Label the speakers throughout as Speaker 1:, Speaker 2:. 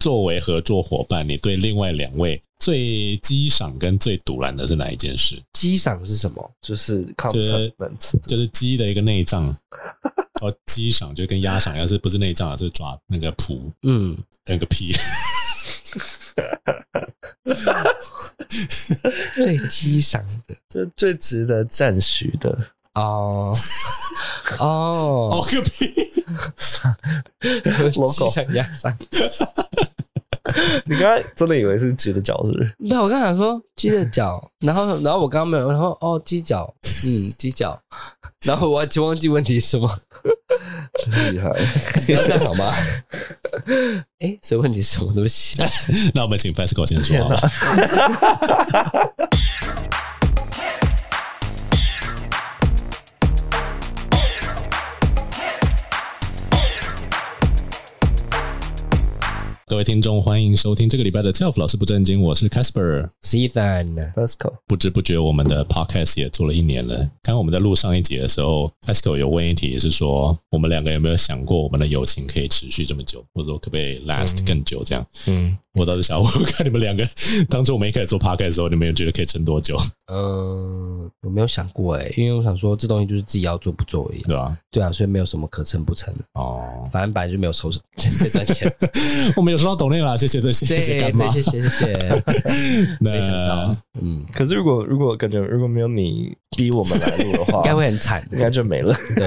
Speaker 1: 作为合作伙伴，你对另外两位最激赏跟最堵拦的是哪一件事？
Speaker 2: 机赏是什么？
Speaker 3: 就是 c o m
Speaker 1: 就
Speaker 3: p
Speaker 1: 是
Speaker 3: l i m e n t
Speaker 1: 就是鸡的一个内脏，哦，鸡赏就跟鸭赏一样，是不是内脏啊？是抓那个蹼，
Speaker 2: 嗯，
Speaker 1: 那个屁。
Speaker 2: 最激赏的
Speaker 3: 就最值得赞许 的。
Speaker 2: 哦哦，
Speaker 1: 哦个屁！
Speaker 2: 激
Speaker 3: logo
Speaker 2: 赏压赏。
Speaker 3: 你刚才真的以为是鸡的脚是不是？
Speaker 2: 对，我刚想说鸡的脚， 然后然后我刚刚没有，然后哦鸡脚，嗯鸡脚， 然后我完全忘记问题是什么，
Speaker 3: 真厉害！
Speaker 2: 不要这样好 吗？哎、所以问题是什么？对不起，
Speaker 1: 那我们请 FESCO 先说好了。 各位听众，欢迎收听这个礼拜的 TELF 老师不正经，我是 Casper。
Speaker 2: 我是 Ethan。
Speaker 3: Fasco
Speaker 1: 不知不觉，我们的 podcast 也做了一年了。刚刚我们在录上一集的时候，Pascal 有问一题，是说我们两个有没有想过我们的友情可以持续这么久，或者说可不可以 last 更久？这样，
Speaker 2: 嗯
Speaker 1: 我倒是想问，我看你们两个当初我们一开始做 podcast 的时候，你们有觉得可以撑多 久，
Speaker 2: 嗯，我没有想过哎、因为我想说这东西就是自己要做不做而已。
Speaker 1: 对吧、
Speaker 2: 对啊，所以没有什么可撑不撑的，
Speaker 1: 哦，
Speaker 2: 反正本来就没有收 在赚钱。
Speaker 1: 我们有收到抖内啦，谢谢，谢谢，
Speaker 2: 对
Speaker 1: 谢谢干
Speaker 2: 对，
Speaker 1: 妈。
Speaker 2: 谢谢谢谢。没想到
Speaker 1: 那，
Speaker 2: 嗯，
Speaker 3: 可是如果如果感觉如果没有你逼我们来录的话，
Speaker 2: 应该会很惨。
Speaker 3: 应该就没了。
Speaker 2: 对，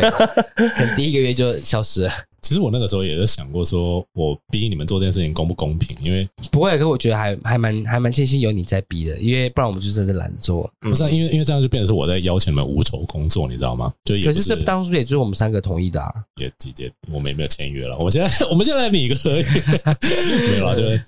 Speaker 2: 可能第一个月就消失了。
Speaker 1: 其实我那个时候也是想过，说我逼你们做这件事情公不公平？因为
Speaker 2: 不会，可我觉得还还蛮还蛮庆幸有你在逼的，因为不然我们就真的懒得做。
Speaker 3: 嗯
Speaker 1: 不是啊、因为因为这样就变成是我在邀请你们无酬工作，你知道吗？就也
Speaker 2: 可
Speaker 1: 不
Speaker 2: 是这当初也就是我们三个同意的啊。
Speaker 1: 也也也，我们也没有签约了。我们现在 我们现在来拟一个合约，没有啦，就是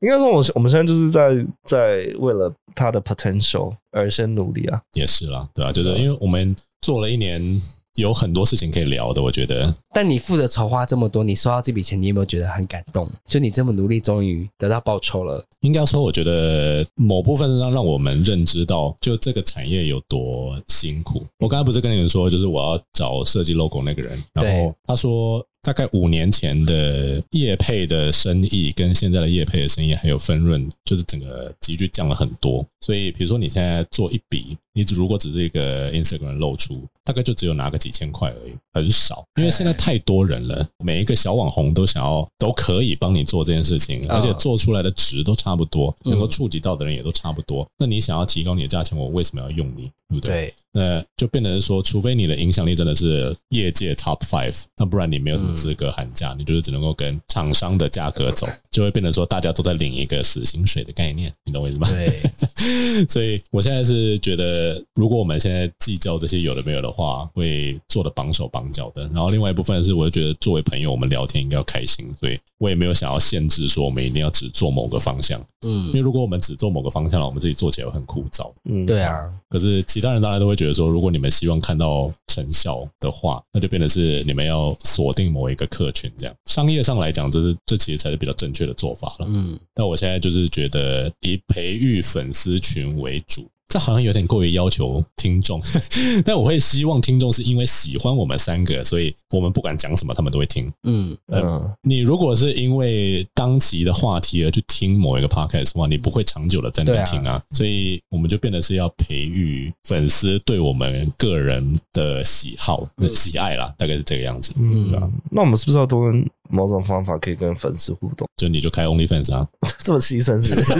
Speaker 3: 应该说，我我们现在就是在在为了他的 potential 而先努力啊。
Speaker 1: 也是啦，对吧、就是因为我们做了一年，有很多事情可以聊的，我觉得
Speaker 2: 但你负责筹划这么多，你收到这笔钱，你有没有觉得很感动？就你这么努力，终于得到报酬了。
Speaker 1: 应该说，我觉得某部分让让我们认知到，就这个产业有多辛苦。我刚才不是跟你们说，就是我要找设计 logo 那个人，然
Speaker 2: 对
Speaker 1: 后他说，大概五年前的业配的生意跟现在的业配的生意还有分润，就是整个急剧降了很多。所以，比如说你现在做一笔，你如果只是一个 Instagram 露出，大概就只有拿个几千块而已，很少。因为现在太多人了，每一个小网红都想要都可以帮你做这件事情，
Speaker 2: 啊
Speaker 1: 而且做出来的值都差不多，
Speaker 2: 嗯
Speaker 1: 能够触及到的人也都差不多。那你想要提高你的价钱，我为什么要用你？对不对？
Speaker 2: 对，
Speaker 1: 那就变成说，除非你的影响力真的是业界 top five，那不然你没有什么资格喊价，
Speaker 2: 嗯
Speaker 1: 你就是只能够跟厂商的价格走，就会变成说大家都在领一个死薪水的概念，你懂我意思吗？
Speaker 2: 对，
Speaker 1: 所以我现在是觉得，如果我们现在计较这些有的没有的话，会做的绑手绑脚的。然后另外一部分是，我就觉得作为朋友，我们聊天应该要开心，所以我也没有想要限制说我们一定要只做某个方向，因为
Speaker 2: 嗯，
Speaker 1: 如果我们只做某个方向了，我们自己做起来会很枯燥。
Speaker 3: 嗯，
Speaker 2: 对，啊，
Speaker 1: 可是其他人当然都会觉得说，如果你们希望看到成效的话，那就变得是你们要锁定某一个客群，这样商业上来讲，这是这其实才是比较正确的做法了。
Speaker 2: 嗯，
Speaker 1: 但我现在就是觉得以培育粉丝群为主，这好像有点过于要求听众。 但我会希望听众是因为喜欢我们三个，所以我们不管讲什么，他们都会听。
Speaker 2: 嗯，
Speaker 3: 嗯，
Speaker 1: 你如果是因为当期的话题而去听某一个 podcast 的话，你不会长久的在那边听啊，所以我们就变得是要培育粉丝对我们个人的喜好、的喜爱啦，大概是这个样子。
Speaker 3: 嗯
Speaker 1: 对啊
Speaker 3: 那我们是不是要多跟某种方法可以跟粉丝互动？
Speaker 1: 就你就开 OnlyFans 啊，
Speaker 3: 这么牺牲是不是？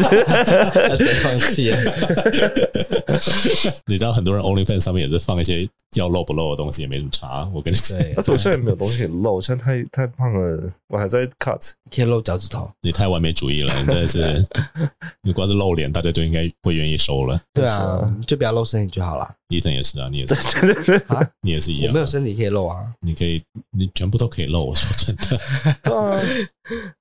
Speaker 2: 真放弃了。
Speaker 1: 你知道很多人 OnlyFans 上面也是放一些要露不露的东西，也没什么差。我跟你讲，
Speaker 2: 对
Speaker 3: 而，且我现在也没有东西可以露，我现在太太胖了，我还在 cut。
Speaker 2: 可以露脚趾头。
Speaker 1: 你太完美主义 了，你真的是，你光是露脸，大家就应该会愿意收了。
Speaker 2: 对
Speaker 3: 就
Speaker 2: 啊
Speaker 3: 是，
Speaker 2: 就不要露身体就好了。
Speaker 1: 伊森也是啊，你也是，
Speaker 3: 对对对，
Speaker 1: 你也是一
Speaker 2: 我
Speaker 1: 样
Speaker 2: 没有
Speaker 1: 啊。
Speaker 2: 身体可以露啊。
Speaker 1: 你可以，你全部都可以露。我说真的，
Speaker 3: 对啊，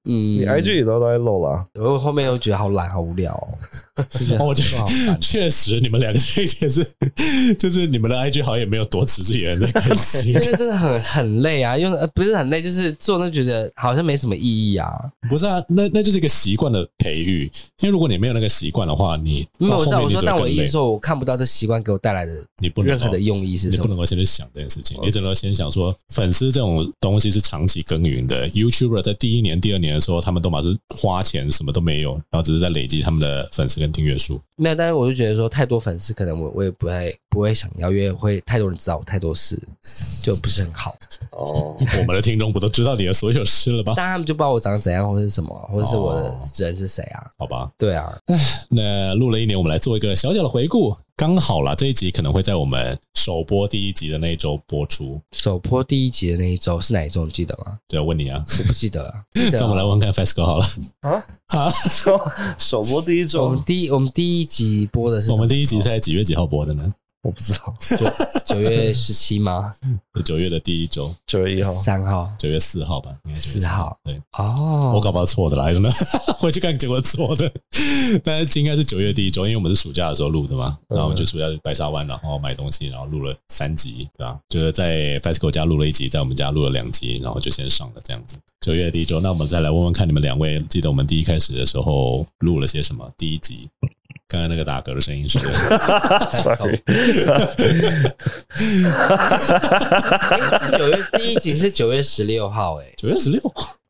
Speaker 2: 嗯，
Speaker 3: 你 IG 也都在露啦。
Speaker 2: 我后面又觉得好懒，好无聊 哦。就觉得
Speaker 1: 哦我觉得
Speaker 2: 好 烦。
Speaker 1: 确实，你们两个这一点是， 就是你们的 IG 好像也没有多持之以恒在更新
Speaker 2: 因，为真的很很累啊，用呃不是很累，就是做那觉得好像没什么意义啊。
Speaker 1: 不是啊？那那就是一个习惯的培育，因为如果你没有那个习惯的话，你
Speaker 2: 因为
Speaker 1: 到
Speaker 2: 我知
Speaker 1: 后面
Speaker 2: 道，我
Speaker 1: 你
Speaker 2: 说，
Speaker 1: 只
Speaker 2: 但
Speaker 1: 会
Speaker 2: 我
Speaker 1: 更
Speaker 2: 意
Speaker 1: 累
Speaker 2: 思。说，我看不到这习惯给我带来的
Speaker 1: 你不能
Speaker 2: 任
Speaker 1: 够
Speaker 2: 何的用意是
Speaker 1: 你
Speaker 2: 什
Speaker 1: 不能
Speaker 2: 么。
Speaker 1: 够先去想这件事情，你只能够先想说，粉丝这种东西是长期耕耘的。YouTuber 在第一年、年、第二年的时候，他们都马是花钱什么都没有，然后只是在累积他们的粉丝跟订阅 数。
Speaker 2: 没有，但是我就觉得说，太多粉丝可能我我也不太不会想要，因为会太多人知道我太多事， 就不是很好。
Speaker 3: 哦，
Speaker 1: 我们的听众不都知道你的所有事了吧？
Speaker 2: 但他们就不知道我长怎样，或者是什么，或者是我
Speaker 1: 哦
Speaker 2: 的人是谁啊？
Speaker 1: 好吧，
Speaker 2: 对啊，
Speaker 1: 那录了一年，我们来做一个小小的回顾。刚好啦，这一集可能会在我们首播第一集的那一周播出。
Speaker 2: 首播第一集的那一周是哪一周？你记得吗？
Speaker 1: 对，问你啊，
Speaker 2: 我不记得了。记得
Speaker 1: 那我们来
Speaker 2: 啊
Speaker 1: 问看 FESCO 好了。
Speaker 3: 啊首首播第一
Speaker 2: 我
Speaker 3: 周
Speaker 2: 们，第一我们第一集播的是
Speaker 1: 我们第一啊集是在几月几号播的呢？
Speaker 3: 我不知道，
Speaker 2: 九月十七吗？
Speaker 1: 九月的 第一周，
Speaker 3: 九月一号，
Speaker 2: 三号
Speaker 1: 九月四号吧，应该是啊
Speaker 2: 四号。
Speaker 1: 对，
Speaker 2: 哦，
Speaker 1: 我搞不好错的啦，真 的回去看结果错的。 但是应该是九月第一周，因为我们是暑假的时候录的嘛，
Speaker 2: 嗯
Speaker 1: 然后我们就暑假去白沙湾，然后买东西，然后录了三集，对吧？就是在 FESCO 家录了一集，在我们家录了两集，然后就先上了这样子。九月第一周，那我们再来问问看你们两位，记得我们第一开始的时候录了些什么？第一集，刚刚那个打嗝的声 音是
Speaker 3: sorry，
Speaker 2: 是九月第一集是九月十六号，哎，
Speaker 1: 九月十六，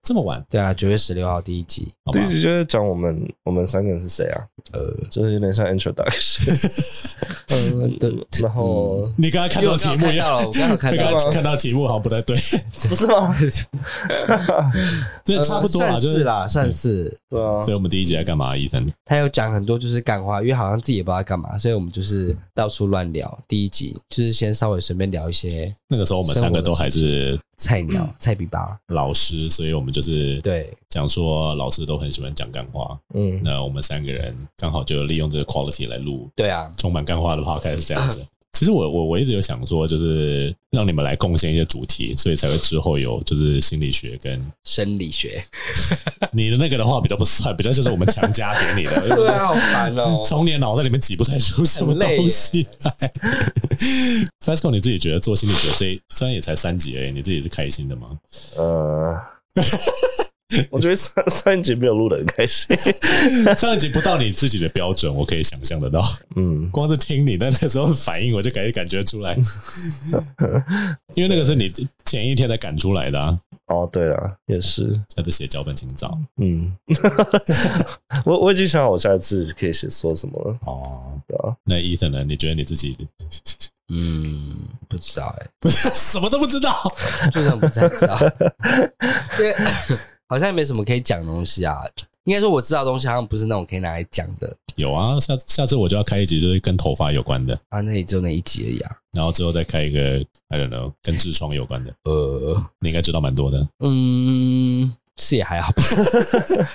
Speaker 1: 这么晚？
Speaker 2: 对啊，九月十六号第一集，
Speaker 1: 好吧
Speaker 3: 第一，集就是讲我们我们三个人是谁啊？
Speaker 2: 呃，
Speaker 3: 就是有点像 introduction，
Speaker 2: 嗯，对，
Speaker 3: 然后
Speaker 2: 嗯
Speaker 1: 你刚刚看
Speaker 2: 因
Speaker 1: 到
Speaker 2: 为我
Speaker 1: 题
Speaker 2: 刚好
Speaker 1: 目一
Speaker 2: 看
Speaker 1: 样。
Speaker 2: 到了，我刚好看
Speaker 1: 对 啊
Speaker 2: 到
Speaker 1: 刚
Speaker 2: 了
Speaker 1: 刚看到题目好像不太对，
Speaker 3: 不是吗？
Speaker 1: 对，差不多啦，就
Speaker 2: 呃算
Speaker 1: 是嗯
Speaker 2: 是。啦，算是。
Speaker 3: 对啊
Speaker 1: 所，以我们第一集在干嘛？医生，
Speaker 2: 他有讲很多就是干话，因为好像自己也不知道干嘛，所以我们就是到处乱聊。第一集就是先稍微随便聊一些
Speaker 1: 那个时候我们三个都还是
Speaker 2: 菜鸟、菜比吧，
Speaker 1: 老师，所以我们就是
Speaker 2: 对，
Speaker 1: 讲说老师都很喜欢讲干话。
Speaker 3: 嗯，
Speaker 1: 那我们三个人刚好就利用这个 quality 来录
Speaker 2: 对啊，
Speaker 1: 充满干话的 podcast 这样 子。其实我我我一直有想说，就是让你们来贡献一些主题，所以才会之后有就是心理学 跟
Speaker 2: 生理学，
Speaker 1: 你的那个的话比较不算，比较就是我们强加给你 的。
Speaker 2: 对啊，好烦哦
Speaker 1: 从你的脑袋里面挤不太出什么东西来。Fasco，你自己觉得做心理学这一虽然也才三集而已，你自己是开心的吗？
Speaker 3: 呃，我觉得上上一集没有录的很开心，
Speaker 1: 上一集不到你自己的标准，我可以想象得到。
Speaker 3: 嗯，
Speaker 1: 光是听你的那时候的反应，我就感觉感觉出来，因为那个是你前一天才赶出来的、啊，
Speaker 3: 哦，对了，也是，
Speaker 1: 他在写脚本清早
Speaker 3: 嗯， 我我已经想好我下一次可以写说什么了，
Speaker 1: 哦。
Speaker 3: 对啊，
Speaker 1: 那 Ethan 呢？你觉得你自己
Speaker 2: 嗯，不知道哎、
Speaker 1: 什么都不知道？
Speaker 2: 就算不太知道，因为好像也没什么可以讲的东西啊。应该说我知道的东西好像不是那种可以拿来讲的
Speaker 1: 有啊，下下次我就要开一集就是跟头发有关的，
Speaker 2: 啊，那也只有那一集而已啊。
Speaker 1: 然后之后再开一个 I don't know 跟痔疮有关的，
Speaker 2: 呃，
Speaker 1: 你应该知道蛮多的。
Speaker 2: 嗯，是也还好吧。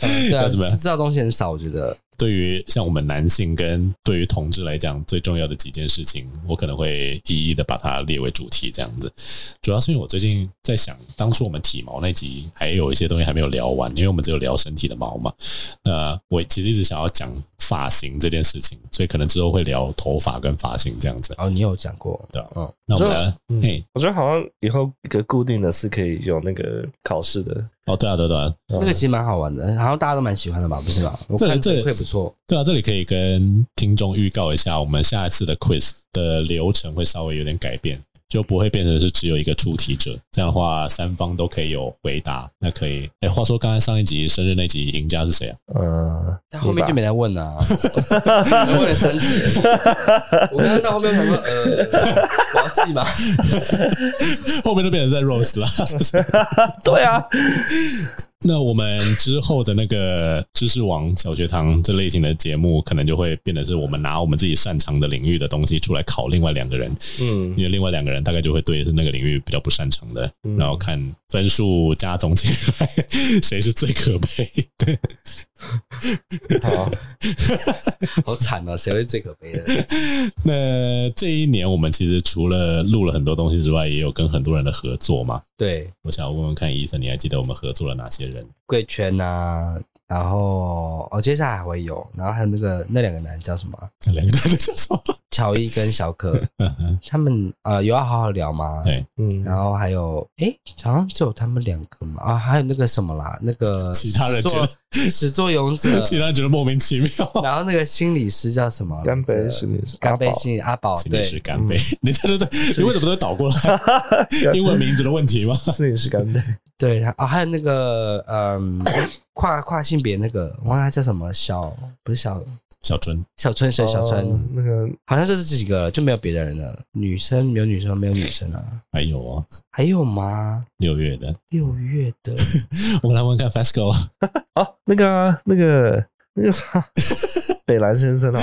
Speaker 2: 对啊，
Speaker 1: 那怎么样
Speaker 2: 知道东西很少，我觉得
Speaker 1: 对于像我们男性跟对于同志来讲，最重要的几件事情，我可能会一一的把它列为主题这样子。主要是因为我最近在想，当初我们体毛那集还有一些东西还没有聊完，因为我们只有聊身体的毛嘛。那我其实一直想要讲发型这件事情，所以可能之后会聊头发跟发型这样子。
Speaker 2: 哦，你有讲过，
Speaker 1: 对啊，
Speaker 2: 嗯，
Speaker 1: 那我们来，
Speaker 3: 嗯
Speaker 1: 嘿，
Speaker 3: 我觉得好像以后一个固定的是可以有那个考试的，
Speaker 1: 哦，对啊，对啊，对啊，
Speaker 2: 那个其实蛮好玩的，好像大家都蛮喜欢的吧，不是吧？我
Speaker 1: 这
Speaker 2: 看
Speaker 1: 这
Speaker 2: 会不错，
Speaker 1: 对啊，这里可以跟听众预告一下，我们下一次的 quiz 的流程会稍微有点改变，就不会变成是只有一个出题者。这样的话，三方都可以有回答。那可以，哎，话说刚才上一集生日那集赢家是谁啊？
Speaker 3: 嗯，
Speaker 2: 但后面就
Speaker 3: 你吧
Speaker 2: 没来问啊，问了三次，我刚刚到后面想说，呃，我要记吗？
Speaker 1: 后面就变成在 Rose 啦。就是
Speaker 3: 对啊，
Speaker 1: 那我们之后的那个知识王小学堂这类型的节目，可能就会变得是我们拿我们自己擅长的领域的东西出来考另外两个人，
Speaker 3: 嗯
Speaker 1: 因为另外两个人大概就会对是那个领域比较不擅长的，
Speaker 3: 嗯
Speaker 1: 然后看分数加总起来谁是最可悲的。
Speaker 3: 好，
Speaker 2: 好惨啊，谁会最可悲的？
Speaker 1: 那这一年我们其实除了录了很多东西之外，也有跟很多人的合作嘛。
Speaker 2: 对，
Speaker 1: 我想问问看，医生，你还记得我们合作了哪些人？
Speaker 2: 贵圈啊，然后哦，接下来还会有，然后还有那个那两个男叫什么啊？
Speaker 1: 那 两个人叫什么？
Speaker 2: 乔伊跟小可，
Speaker 1: 嗯
Speaker 2: 他们呃有要好好聊吗？
Speaker 1: 对，
Speaker 3: 嗯，
Speaker 2: 然后还有，诶，好像只有他们两个嘛啊，还有那个什么啦，那个
Speaker 1: 其他人觉
Speaker 2: 做
Speaker 1: 得
Speaker 2: 始作俑者，
Speaker 1: 竟然觉得莫名其妙。
Speaker 2: 然后那个心理师叫什么？
Speaker 3: 干杯心理师
Speaker 2: 干
Speaker 3: 阿
Speaker 2: 杯
Speaker 3: 宝
Speaker 2: 心理阿宝，
Speaker 1: 请
Speaker 2: 对
Speaker 1: 你，是干杯， 你这这你为什么都倒过来？英文名字的问题吗？
Speaker 3: 摄影师干杯，
Speaker 2: 对，然后还有那个嗯，跨跨性别那个，我忘了他叫什么，小不是小
Speaker 1: 小春，
Speaker 2: 小春是小春，
Speaker 3: 哦那个
Speaker 2: 好像就是这几个了，就没有别的人了。女生没有女生，没有女生啊，
Speaker 1: 还有哦，
Speaker 2: 还有吗？
Speaker 1: 六月的，
Speaker 2: 六月 的
Speaker 1: 我来问看 Fasco，
Speaker 3: 哦，那个啊那个那个啥， 北兰先生啊，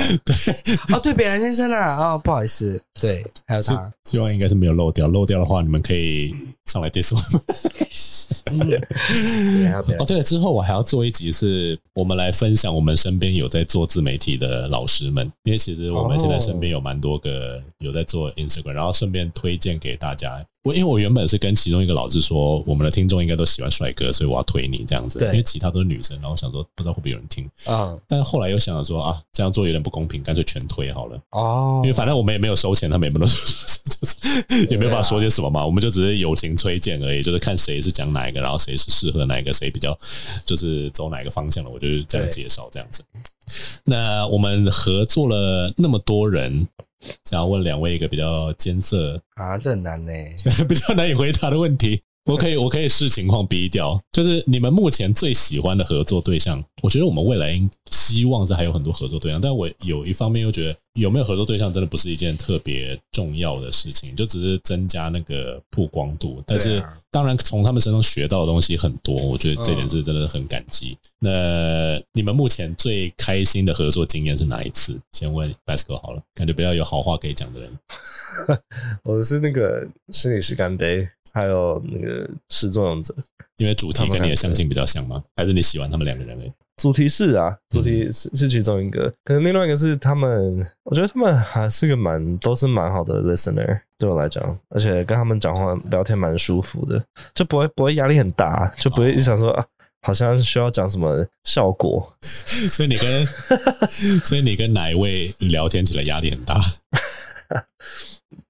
Speaker 2: 哦，对，北兰先生啊，哦，不好意思，对，还有他，
Speaker 1: 希望应该是没有漏掉，漏掉的话你们可以上来 diss 我。
Speaker 2: 对还有北兰
Speaker 1: 哦，对了，之后我还要做一集，是我们来分享我们身边有在做自媒体的老师们，因为其实我们现在身边有蛮多个有在做 Instagram，然后顺便推荐给大家。我因为我原本是跟其中一个老师说，我们的听众应该都喜欢帅哥，所以我要推你这样子，
Speaker 2: 对
Speaker 1: 因为其他都是女生，然后我想说不知道会不会有人听，
Speaker 2: 嗯，
Speaker 1: 但后来又想着说啊，这样做有点不公平，干脆全推好了。
Speaker 2: 哦
Speaker 1: 因为，反正我们也没有收钱，他们也不能 说，就是也没有办法说些什么嘛，我们就只是友情推荐而已，就是看谁是讲哪一个，然后谁是适合哪一个，谁比较就是走哪一个方向的，我就是这样介绍这样子。那我们合作了那么多人，想要问两位一个比较艰涩、
Speaker 2: 啊，这很难呢。
Speaker 1: 比较难以回答的问题。我可以，我可以视情况逼掉。就是你们目前最喜欢的合作对象，我觉得我们未来应希望是还有很多合作对象，但我有一方面又觉得有没有合作对象真的不是一件特别重要的事情，就只是增加那个曝光度。但
Speaker 2: 对
Speaker 1: 是
Speaker 2: 啊嗯
Speaker 1: 当然从他们身上学到的东西很多，我觉得这点是真的很感激。那你们目前最开心的合作经验是哪一次？先问 Basco 好了，感觉比较有好话可以讲的人。
Speaker 3: 我是那个摄影师干杯，还有那个始作俑者，
Speaker 1: 因为主题跟你的相性比较像吗？还是你喜欢他们两个人而已？
Speaker 3: 主题是啊，主题是、是其中一个，可能另外一个是他们，我觉得他们还是个蛮都是蛮好的 listener，对我来讲，而且跟他们讲话聊天蛮舒服的，就不会不会压力很大，就不会一直想说、啊，好像需要讲什么效果，
Speaker 1: 所以你跟 所以你跟哪一位聊天起来压力很大？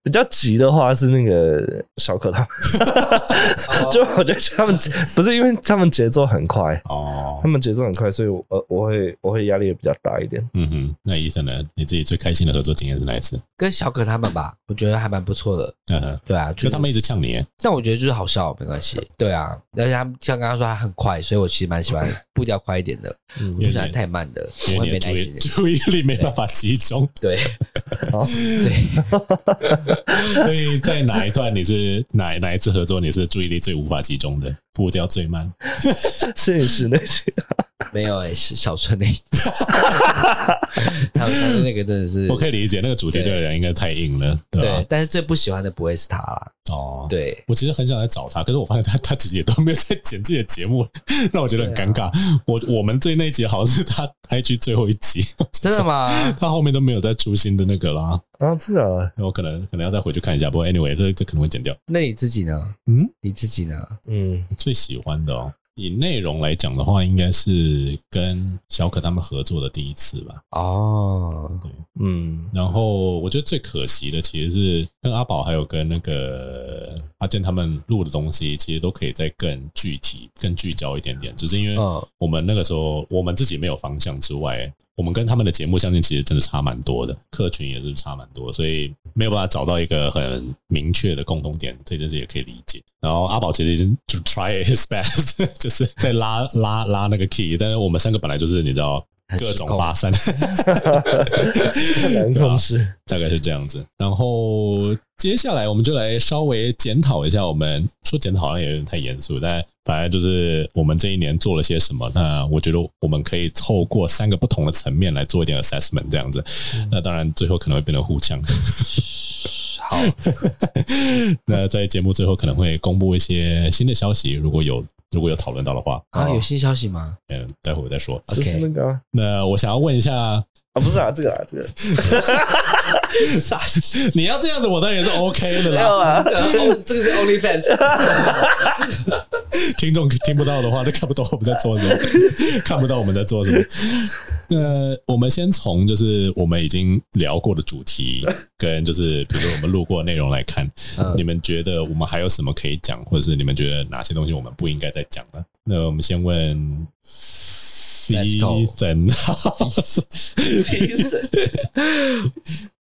Speaker 3: 比较急的话是那个小可他
Speaker 2: 哦
Speaker 3: 们，就我觉得他们节不是因为他们节奏很快，
Speaker 1: 哦
Speaker 3: 他，们节奏很快，所以我呃我会我会压力也比较大一点。
Speaker 1: 嗯哼，那医生呢？你自己最开心的合作经验是哪一次？
Speaker 2: 跟小可他们吧，我觉得还蛮不错的。
Speaker 1: 嗯哼，
Speaker 2: 对啊，
Speaker 1: 就
Speaker 2: 就
Speaker 1: 他们一直呛你耶，
Speaker 2: 但我觉得就是好笑，没关系。对啊，而且他像刚刚说他很快，所以我其实蛮喜欢步调快一点的，
Speaker 3: 嗯
Speaker 2: 我不喜欢太慢的，
Speaker 1: 因
Speaker 2: 我
Speaker 1: 为你的
Speaker 2: 会没
Speaker 1: 注
Speaker 2: 耐
Speaker 1: 意
Speaker 2: 心。
Speaker 1: 注意力没办法集中，
Speaker 2: 对，
Speaker 3: 好
Speaker 2: 对，
Speaker 1: 所以在哪一段你是哪哪一次合作你是注意力最无法集中的，步调最慢？
Speaker 3: 摄影师那些，
Speaker 2: 没有诶、是 小春那一集， 他们他们那个真的是
Speaker 1: 我可以理解那个主题对的人应该太硬了，对啊吧
Speaker 2: 对，？但是最不喜欢的不会是他啦。
Speaker 1: 哦，。
Speaker 2: 对，
Speaker 1: 我其实很想来找他，可是我发现他 他其实也都没有在剪自己的节目， 让我觉得很尴尬。我我们最那一集好像是他 IG 最后一集，
Speaker 2: 真的吗？
Speaker 1: 他后面都没有再出新的那个啦。
Speaker 3: 啊，是啊，
Speaker 1: 那我可能可能要再回去看一下，不过 anyway，这这可能会剪掉。
Speaker 2: 那你自己呢？
Speaker 1: 嗯，
Speaker 2: 你自己呢？
Speaker 3: 嗯，
Speaker 1: 最喜欢的哦，以内容来讲的话，应该是跟小可他们合作的第一次吧。
Speaker 2: 哦，
Speaker 3: 嗯，
Speaker 1: 然后我觉得最可惜的其实是跟阿宝还有跟那个阿健他们录的东西，其实都可以再更具体、更聚焦一点点。只是因为
Speaker 2: 嗯
Speaker 1: 我们那个时候我们自己没有方向之外，我们跟他们的节目相信其实真的差蛮多的，客群也是差蛮多，所以没有办法找到一个很明确的共同点，这件事也可以理解。然后阿宝其实已经就 try his best，就是 在拉拉拉那个 key，但是我们三个本来就是你知道
Speaker 2: 很
Speaker 1: 各种
Speaker 2: 失控
Speaker 1: 发散。
Speaker 3: 难控制。
Speaker 1: 大概是这样子。然后接下来我们就来稍微检讨一下，我们说检讨好像也有点太严肃，但反正就是我们这一年做了些什么。那我觉得我们可以透过三个不同的层面来做一点 assessment 这样子。
Speaker 2: 嗯
Speaker 1: 那当然最后可能会变得互相。
Speaker 2: 好，
Speaker 1: 那在节目最后可能会公布一些新的消息，如果有如果有讨论到的话，
Speaker 2: 啊，有新消息吗
Speaker 1: 嗯，待会我再说。
Speaker 3: 就是那
Speaker 2: ？OK，
Speaker 3: 个啊，
Speaker 1: 那我想要问一下，
Speaker 3: 啊不是啊，这个啊，这 个
Speaker 2: 傻笑
Speaker 1: 你要这样子，我当然也是 OK 的啦。
Speaker 3: 啊，
Speaker 2: 哦这个是 OnlyFans，
Speaker 1: 听众听不到的话，就看不懂我们在做什么， 看不到我们在做什么。那我们先从就是我们已经聊过的主题，跟就是比如说我们录过的内容来看，
Speaker 2: 嗯
Speaker 1: 你们觉得我们还有什么可以讲，或者是你们觉得哪些东西我们不应该再讲呢？那我们先问
Speaker 2: Let's go
Speaker 1: Ethan House，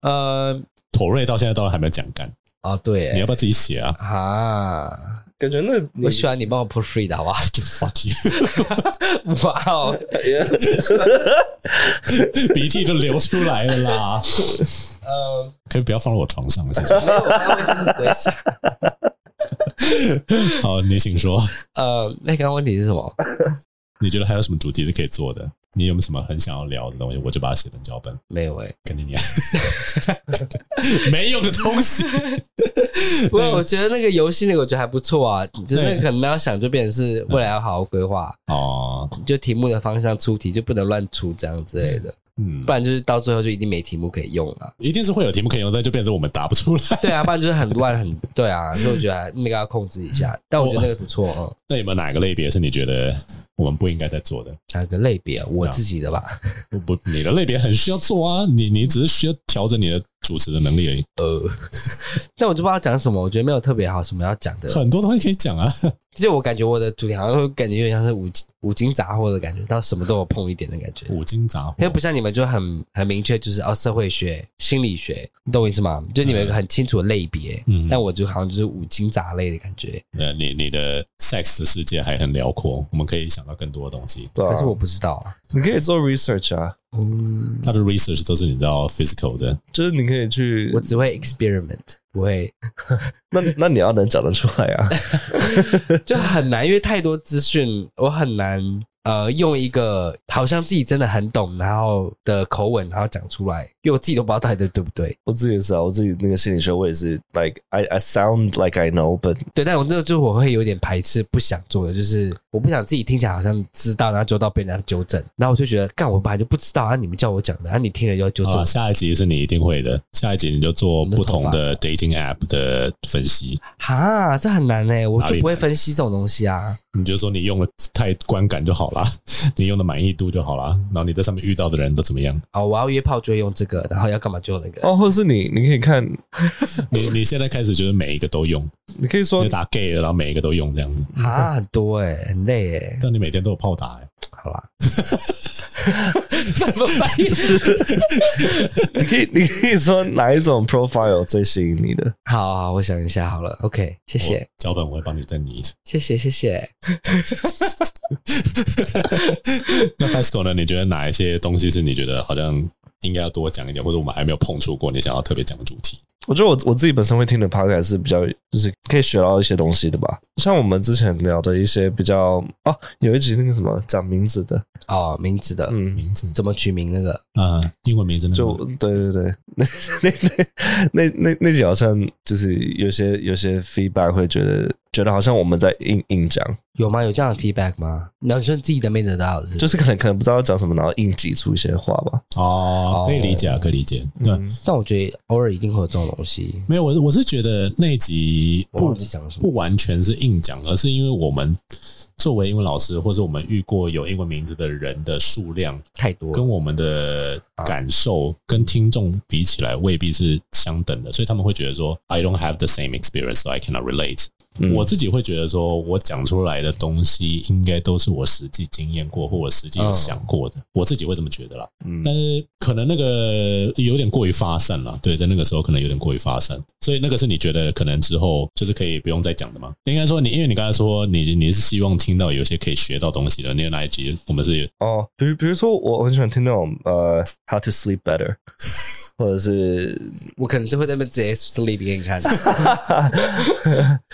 Speaker 2: 呃，
Speaker 1: 妥瑞到现在当然还没有讲干，
Speaker 2: 哦对
Speaker 1: 你要
Speaker 2: 欸，
Speaker 1: 不要自己写啊
Speaker 2: 啊，
Speaker 3: 感觉那
Speaker 2: 我 喜欢你帮我 push free 的好不 好？
Speaker 1: ？Fuck you，
Speaker 2: 哇哦，
Speaker 3: 啊
Speaker 1: 鼻涕都流出来了啦，
Speaker 2: 嗯，
Speaker 1: 可以不要放到我床上，谢谢。
Speaker 2: 没有，我拿卫生纸怼死。
Speaker 1: 好，你请说，
Speaker 2: 呃，那刚刚问题是什么？
Speaker 1: 你觉得还有什么主题是可以做的？你有没有什么很想要聊的东西？我就把它写成脚本，
Speaker 2: 没有哎、
Speaker 1: 跟你念。 没有的东西，
Speaker 2: 不过我觉得那个游戏那个我觉得还不错啊，只是那
Speaker 1: 对
Speaker 2: 个可能要想就变成是未来要好好规划，
Speaker 1: 哦，
Speaker 2: 就题目的方向出题就不能乱出这样之类的，
Speaker 1: 嗯
Speaker 2: 不，然就是到最后就一定没题目可以用了。
Speaker 1: 一定是会有题目可以用，但就变成我们答不出来。
Speaker 2: 对啊，不然就是很乱很对啊，所以我觉得那个要控制一下。但我觉得那个不错嗯，
Speaker 1: 那有没有哪个类别是你觉得我们不应该再做的？
Speaker 2: 哪个类别啊我自己的吧？
Speaker 1: 不不，你的类别很需要做啊，你你只是需要调整你的主持的能力而已，
Speaker 2: 但我就不知道讲什么，我觉得没有特别好什么要讲的。
Speaker 1: 很多东西可以讲啊。
Speaker 2: 就我感觉我的主题好像会感觉有点像是五金五金杂货的感觉，到什么都有碰一点的感觉。
Speaker 1: 五金杂
Speaker 2: 因为
Speaker 1: 货，
Speaker 2: 不像你们就很很明确，就是哦，社会学、心理学，你懂我意思吗？就你们有一个很清楚的类别，
Speaker 1: 嗯
Speaker 2: 但我就好像就是五金杂类的感觉，
Speaker 1: 呃，你你的 sex 的世界还很辽阔，我们可以想到更多的东西。
Speaker 3: 对啊
Speaker 2: 可是我不知道啊。
Speaker 3: 你可以做 research 啊，
Speaker 2: 嗯，
Speaker 1: 它的 research 都是你知道 physical 的，
Speaker 3: 就是你可以去
Speaker 2: 我，只会 experiment，不会
Speaker 3: 那那你要能讲得出来啊，
Speaker 2: 就很难，因为太多资讯，我很难呃用一个好像自己真的很懂，然后的口吻，然后讲出来，因为我自己都不知道到底对对不对。
Speaker 3: 我自己也是啊，我自己那个心理学我也是，like I I sound like I know but
Speaker 2: 对，但我那就我会有点排斥，不想做的，就是我不想自己听起来好像知道，然后就到被人家纠正，然后我就觉得，干我本来就不知道啊，你们叫我讲的，啊，你听了就要纠正
Speaker 1: 啊，
Speaker 2: 我。
Speaker 1: 下一集是你一定会的。下一集你就做不同的 dating app 的分析，
Speaker 2: 哈，这很难呢、欸我
Speaker 1: 哪
Speaker 2: 就
Speaker 1: 里
Speaker 2: 不会分析这种东西啊。
Speaker 1: 你就说你用的太观感就好啦， 你用的满意度就好啦，然后你在上面遇到的人都怎么样？
Speaker 2: 哦，我要约炮就会用这个，然后要干嘛就用那个。
Speaker 3: 哦，或者是你你可以看，
Speaker 1: 你你现在开始就是每一个都用，
Speaker 3: 你可以
Speaker 1: 你
Speaker 3: 说
Speaker 1: 就打 gay 了，然后每一个都用这样子，
Speaker 2: 啊，很多哎、很累哎、
Speaker 1: 但你每天都有炮打、欸，
Speaker 2: 好 啦，什么意思？
Speaker 3: 你可以，你可以说哪一种 profile 最吸引你的？
Speaker 2: 好好，我想一下好了。OK，谢谢，
Speaker 1: 我脚本我会帮你再拟。
Speaker 2: 谢谢，谢谢。
Speaker 1: 那 Pascal 呢？你觉得哪一些东西是你觉得好像应该要多讲一点，或者我们还没有碰触过你想要特别讲的主题？
Speaker 3: 我觉得我我自己本身会听的 podcast 是比较，就是可以学到一些东西的吧。像我们之前聊的一些比较哦，有一集那个什么讲名字的，
Speaker 2: 哦，名字的、
Speaker 3: 嗯，
Speaker 1: 名字
Speaker 2: 怎么取名那个？
Speaker 1: 啊、英文名字呢？
Speaker 3: 就对对对， 那那那那那那集好像就是有些有些 feedback 会觉得觉得好像我们在硬硬讲，
Speaker 2: 有吗？有这样的 feedback 吗？然后你说你自己都没得到，是不是
Speaker 3: 就是可能可能不知道讲什么，然后硬挤出一些话吧。
Speaker 1: 哦，可以理解啊，可以理解。对，
Speaker 3: 嗯，
Speaker 2: 但我觉得偶尔一定会有这种东西。
Speaker 1: 没有，我是我是觉得那一集
Speaker 2: 我
Speaker 1: 不
Speaker 2: 忘记讲了什么
Speaker 1: 不完全是硬讲，而是因为我们作为英文老师，或者我们遇过有英文名字的人的数量，
Speaker 2: 太多
Speaker 1: 跟我们的感受跟听众比起来未必是相等的，所以他们会觉得说，I don't have the same experience, so I cannot relate。
Speaker 3: 嗯
Speaker 1: 我自己会觉得说，我讲出来的东西应该都是我实际经验过或我实际有想过的，我自己会这么觉得啦。
Speaker 3: 哦嗯
Speaker 1: 但是可能那个有点过于发散了，对，在那个时候可能有点过于发散，所以那个是你觉得可能之后就是可以不用再讲的吗？应该说你，因为你刚才说你你是希望听到有一些可以学到东西的，你有哪一集我们是
Speaker 3: 哦，比如比如说，我很喜欢听那种呃，How to sleep better，或 者是
Speaker 2: 我可能就会在那边直接 sleep 给你 看，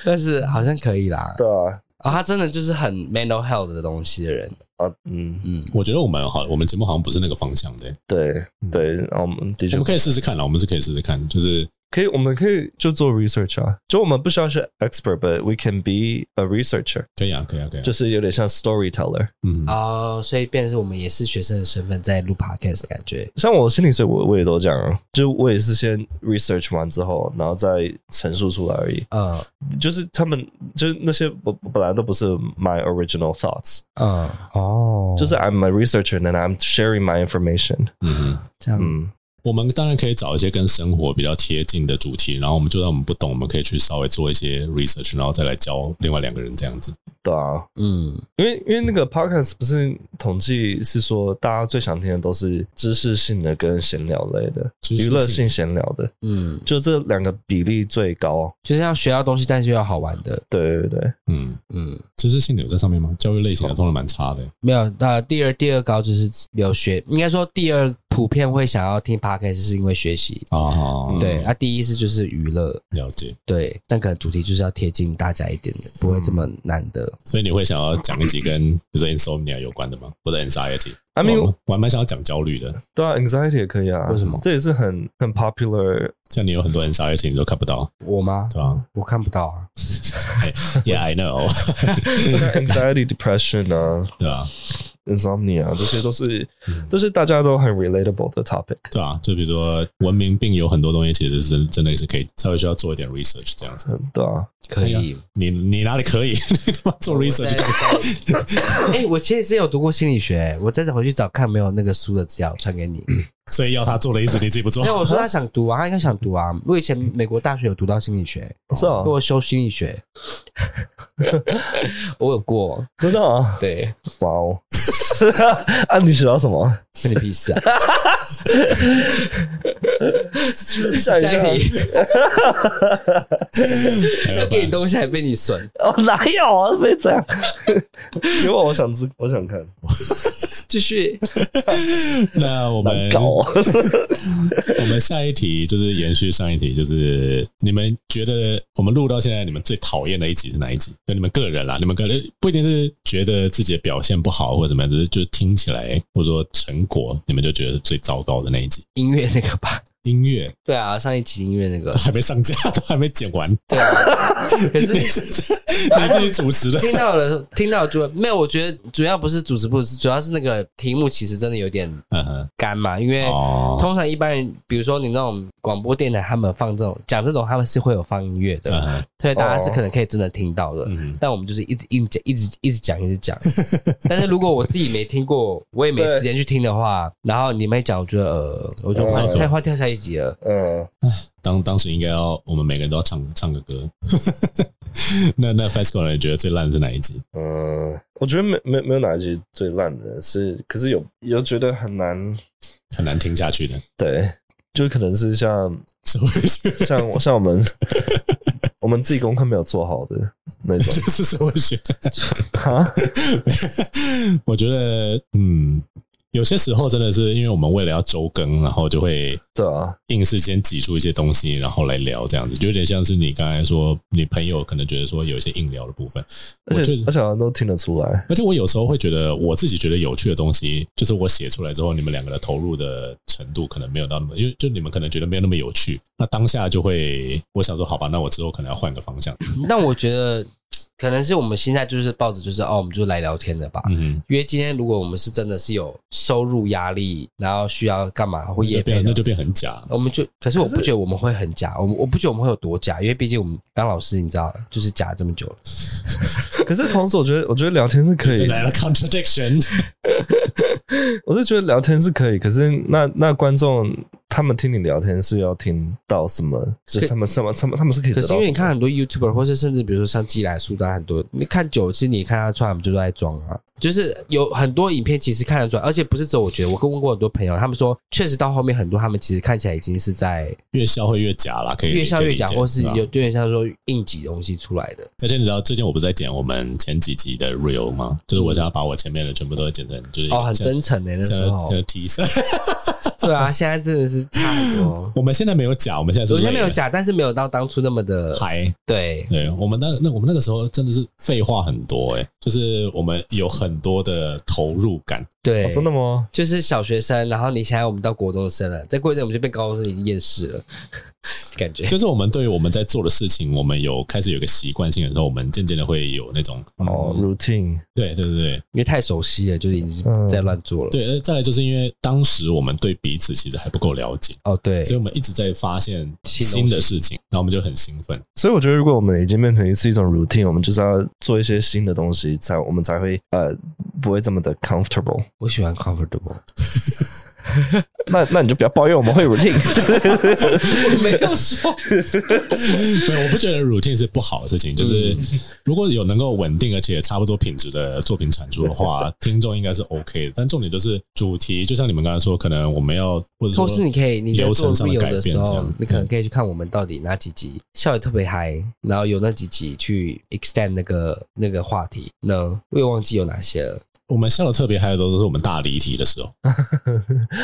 Speaker 2: 但是好像可以啦。
Speaker 3: 对啊，
Speaker 2: 啊、他真的就是很 mental health 的东西的人，
Speaker 3: 啊，嗯，
Speaker 2: 嗯，
Speaker 1: 我觉得我们好，我们节目好像不是那个方向的、
Speaker 3: 对对，嗯然后我们的
Speaker 1: 我
Speaker 3: 确
Speaker 1: 们可以试试看啦，我们是可以试试看，就是
Speaker 3: 可以，我们可以就做 research 啊，就我们不需要是 expert，but we can be a researcher，
Speaker 1: 可以啊，可以啊，可以啊，
Speaker 3: 就是有点像 storyteller。
Speaker 1: 嗯，
Speaker 2: 哦，所以变成是我们也是学生的身份在录 podcast 的感觉，
Speaker 3: 像我心理学，我我也都这样啊，就我也是先 research 完之后，然后再陈述出来而已。
Speaker 2: 嗯
Speaker 3: 就是他们，就是那些我我本来都不是 my original thoughts，
Speaker 2: 嗯，哦，
Speaker 3: 就是 I'm a researcher and I'm sharing my information。
Speaker 1: 嗯
Speaker 2: 这样，
Speaker 3: 嗯，
Speaker 1: 我们当然可以找一些跟生活比较贴近的主题，然后我们就算我们不懂，我们可以去稍微做一些 research，然后再来教另外两个人这样子。
Speaker 3: 对啊，
Speaker 2: 嗯，
Speaker 3: 因为因为那个 podcast 不是统计是说大家最想听的都是知识性的跟闲聊类的，
Speaker 1: 知识性
Speaker 3: 娱乐性闲聊的，
Speaker 2: 嗯，
Speaker 3: 就这两个比例最高。
Speaker 2: 就是要学到东西，但是又要好玩的。
Speaker 3: 对对对，
Speaker 1: 嗯，
Speaker 2: 嗯，
Speaker 1: 知识性的有在上面吗？教育类型的通常蛮差的。
Speaker 2: 没有。那第二第二高就是有学，应该说第二普遍会想要听 podcast 是因为学习。
Speaker 1: 啊，
Speaker 2: 对，
Speaker 1: 嗯
Speaker 2: 啊，第一是就是娱乐，
Speaker 1: 了解。
Speaker 2: 对，但可能主题就是要贴近大家一点
Speaker 3: 嗯
Speaker 2: 的，不会这么难的。
Speaker 1: 所以你会想要讲一集跟比如说 insomnia 有关的吗？或者 anxiety？
Speaker 3: I mean-
Speaker 1: 我我还蛮想要讲焦虑的，
Speaker 3: 对啊，anxiety 也可以啊。
Speaker 2: 为什么
Speaker 3: 这也是很很 popular
Speaker 1: 像你有很多 anxiety 你都看不到，
Speaker 2: 我吗？
Speaker 1: 对 吧
Speaker 2: 我看不到啊。
Speaker 1: ？Yeah, I know，
Speaker 3: 像 anxiety depression 啊
Speaker 1: 对吧？
Speaker 3: ，insomnia 啊这些都是这是大家都很 relatable 的 topic。
Speaker 1: 对啊，就比如说文明病有很多东西，其实是真的是可以稍微需要做一点 research 这样子。
Speaker 3: 嗯，对啊，
Speaker 2: 可以，
Speaker 1: 你你哪里可以？ 你他妈做 research 就
Speaker 2: 哎、我其实之前有读过心理学，我这次回去找看没有那个书的资料传给你。
Speaker 3: 嗯
Speaker 1: 所以要他做的意思，你自己不做
Speaker 2: 没。有，我说他想读啊，他应该想读啊。我以前美国大学有读到心理学，
Speaker 3: 是啊，
Speaker 2: 我有修心理学， 我有过。
Speaker 3: 真的啊，
Speaker 2: 对，
Speaker 3: 哇哦！ 啊，你学到什么？
Speaker 2: 关你屁事 啊！
Speaker 3: 下一
Speaker 2: 下一
Speaker 3: 题
Speaker 2: 题，要给你东西还被你损，
Speaker 3: 哦，哪有啊？被这样？ 因为我想知，我想看，
Speaker 2: 继续。
Speaker 1: 那我们
Speaker 3: 难搞啊。
Speaker 1: 我们下一题就是延续上一题，就是你们觉得我们录到现在，你们最讨厌的一集是哪一集？就你们个人啦，你们个人不一定是觉得自己的表现不好或者怎么样，只是就是听起来或者说成果，你们就觉得是最糟糕的那一集。
Speaker 2: 音乐那个吧，
Speaker 1: 音乐
Speaker 2: 对啊，上一期音乐那个
Speaker 1: 都，还没上架，都还没剪完，
Speaker 2: 对啊。可
Speaker 1: 你
Speaker 2: 是
Speaker 1: 你自己主持 的，
Speaker 2: 听到了，听到了主没有？我觉得主要不是主持不主持，主要是那个题目其实真的有点
Speaker 1: 嗯哼，
Speaker 2: 干嘛，因为
Speaker 1: 哦，
Speaker 2: 通常一般人，比如说你那种广播电台，他们放这种讲这种，他们是会有放音乐
Speaker 1: 嗯
Speaker 2: 的，
Speaker 1: 哼，
Speaker 2: 所以大家是
Speaker 3: 哦
Speaker 2: 可能可以真的听到的。
Speaker 1: 嗯
Speaker 2: 但我们就是一直一直一直一直讲一直讲， 但是如果我自己没听过，我也没时间去听的话，然后你们一讲，我觉得呃，我就
Speaker 3: 嗯
Speaker 2: 太快跳下一集了。
Speaker 3: 嗯，
Speaker 1: 当当时应该要我们每个人都要唱唱个歌。 那那 FESCO 呢？你觉得最烂是哪一集？
Speaker 3: 嗯，我觉得没没没有哪一集最烂的是，可是有有觉得很难，
Speaker 1: 很难听下去的，
Speaker 3: 对，就可能是像
Speaker 1: 是回去。
Speaker 3: 像 我像我们我们自己功课没有做好的那 种
Speaker 1: 就是社会学。
Speaker 2: 啊
Speaker 3: 哈，
Speaker 1: 我觉得，嗯，有些时候真的是因为我们为了要周更，然后就会
Speaker 3: 对啊，
Speaker 1: 硬是先挤出一些东西，然后来聊这样子，就有点像是你刚才说，你朋友可能觉得说有一些硬聊的部分，我
Speaker 3: 而
Speaker 1: 确
Speaker 3: 且
Speaker 1: 实
Speaker 3: 而。且好像都听得出来，
Speaker 1: 而且我有时候会觉得，我自己觉得有趣的东西，就是我写出来之后，你们两个的投入的程度可能没有到那么，因为就你们可能觉得没有那么有趣，那当下就会，我想说，好吧，那我之后可能要换个方向，
Speaker 2: 但我觉得可能是我们现在就是抱着就是哦，我们就来聊天的吧。
Speaker 1: 嗯，
Speaker 2: 因为今天如果我们是真的是有收入压力，然后需要干嘛或
Speaker 1: 那
Speaker 2: 业
Speaker 1: 就
Speaker 2: 配
Speaker 1: 变
Speaker 2: 的
Speaker 1: 那，就变很假，
Speaker 2: 我们就可是我不觉得我们会很假，我们我不觉得我们会有多假，因为毕竟我们当老师，你知道，就是假这么久了。
Speaker 3: 可是同时我觉得我觉得聊天是可以
Speaker 1: 来了 contradiction，
Speaker 3: 我是觉得聊天是可以，可是那那观众他们听你聊天是要听到什么？就是他们什么他们他们是可以得
Speaker 2: 可是
Speaker 3: 到什
Speaker 2: 因
Speaker 3: 么。
Speaker 2: 为你看很多 YouTuber，或是甚至比如说像寄来苏丹很多，你看久，其实你看他穿，他们就在装啊。就是有很多影片其实看得出来，而且不是只有我觉得，我跟问过很多朋友，他们说确实到后面很多他们其实看起来已经是在
Speaker 1: 越笑会越假啦，可以
Speaker 2: 越笑越假，
Speaker 1: 可以理解
Speaker 2: 或是
Speaker 1: 对吧
Speaker 2: 有有点像说硬挤东西出来的。
Speaker 1: 而且你知道，最近我不是在剪我们前几集的 real 吗？就是我想要把我前面的全部都剪成，就是
Speaker 2: 哦，很
Speaker 1: 像
Speaker 2: 真诚的、那时
Speaker 1: 像
Speaker 2: 候
Speaker 1: 像，提色。
Speaker 2: 对啊，现在真的是差很 多。
Speaker 1: 我们现在没有假，我们现在是
Speaker 2: 我现在没有
Speaker 1: 累了
Speaker 2: 假，但是没有到当初那么的
Speaker 1: 嗨。
Speaker 2: 对，
Speaker 1: 对我们那那我们那个时候真的是废话很多诶、欸就是我们有很多的投入感，
Speaker 2: 对，
Speaker 3: 哦真的吗？
Speaker 2: 就是小学生，然后你现在我们到国中生了，再过一阵我们就变高中生，已经厌世了， 感觉
Speaker 1: 就是我们对于我们在做的事情，我们有开始有一个习惯性的时候，我们渐渐的会有那种
Speaker 2: 嗯
Speaker 3: 哦，routine，
Speaker 1: 对对对对
Speaker 2: 因为太熟悉了，就是已经
Speaker 3: 嗯
Speaker 2: 在乱做了。
Speaker 1: 对，呃再来就是因为当时我们对彼此其实还不够了解，
Speaker 2: 哦，对
Speaker 1: 所以我们一直在发现
Speaker 2: 新东西
Speaker 1: 新的事情，然后我们就很兴奋。
Speaker 3: 所以我觉得如果我们已经变成是一种 routine，我们就是要做一些新的东西，才我们才会呃不会这么的 comfortable。
Speaker 2: 我喜欢 comfortable，
Speaker 3: 那那你就不要抱怨我们会 routine。
Speaker 2: 没有说，
Speaker 1: 没有，我不觉得 routine 是不好的事情。就是
Speaker 2: 嗯
Speaker 1: 如果有能够稳定而且差不多品质的作品产出的 话，听众应该是 OK 的。但重点就是主题，就像你们刚才说，可能我们要或者
Speaker 2: 或是
Speaker 1: 说
Speaker 2: 你可以你在
Speaker 1: 流
Speaker 2: 做
Speaker 1: 程上
Speaker 2: real
Speaker 1: 改
Speaker 2: 的
Speaker 1: 变
Speaker 2: 时
Speaker 1: 这
Speaker 2: 候
Speaker 1: 样，，嗯
Speaker 2: 你可能可以去看我们到底哪几集笑得特别嗨，然后有那几集去 extend 那个那个话题。那我也忘记有哪些了。
Speaker 1: 我们笑的特别嗨的时候，都是我们大离题的时候。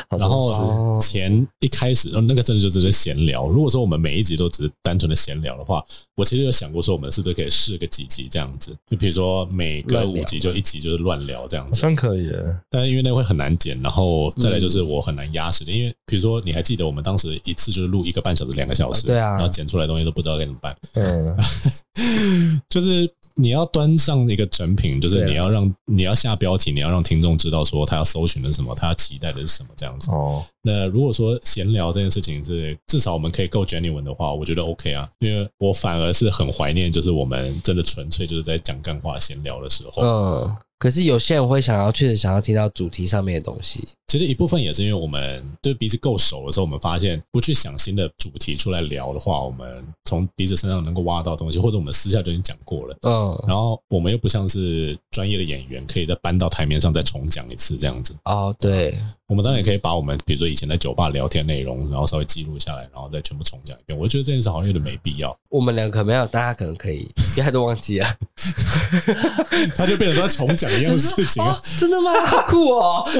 Speaker 3: 好像
Speaker 1: 然
Speaker 3: 是
Speaker 1: 后
Speaker 2: 哦
Speaker 1: 前一开始，呃那个真的就只是闲聊。如果说我们每一集都只是单纯的闲聊的话，我其实有想过说，我们是不是可以试个几集这样子？就比如说每
Speaker 2: 乱
Speaker 1: 个
Speaker 2: 聊
Speaker 1: 五集就一集就是乱聊这样
Speaker 3: 好
Speaker 1: 子。
Speaker 3: 像可以耶。
Speaker 1: 但是因为那会很难剪，然后再来就是我很难压时间，因为比如说你还记得我们当时一次就是录一个半小时、两个小时，
Speaker 2: 啊对啊
Speaker 1: 然后剪出来的东西都不知道该怎么办。
Speaker 3: 嗯，
Speaker 1: 就是你要端上一个成品，就是
Speaker 2: 对啊
Speaker 1: 你要让你要下标题，你要让听众知道说他要搜寻的是什么，他要期待的是什么这样子。
Speaker 3: 哦，
Speaker 1: 那如果说闲聊这件事情是至少我们可以够 genuine 的话，我觉得 OK 啊，因为我反而是很怀念，就是我们真的纯粹就是在讲干话闲聊的时候。
Speaker 2: 嗯，可是有些人会想要，确实想要听到主题上面的东西。
Speaker 1: 其实一部分也是因为我们对彼此够熟的时候，我们发现不去想新的主题出来聊的话，我们从彼此身上能够挖到东西，或者我们私下就已经讲过了。
Speaker 2: 嗯，
Speaker 1: 然后我们又不像是专业的演员，可以再搬到台面上再重讲一次这样子。
Speaker 2: 哦，对，
Speaker 1: 我们当然也可以把我们比如说以前在酒吧聊天内容，然后稍微记录下来，然后再全部重讲一遍。我觉得这件事好像有点没必要，
Speaker 2: 我们两个可能没有，大家可能可以，大家都忘记了。
Speaker 1: 他就变成都在重讲一样的事情啊
Speaker 2: 哦，真的吗？好酷哦！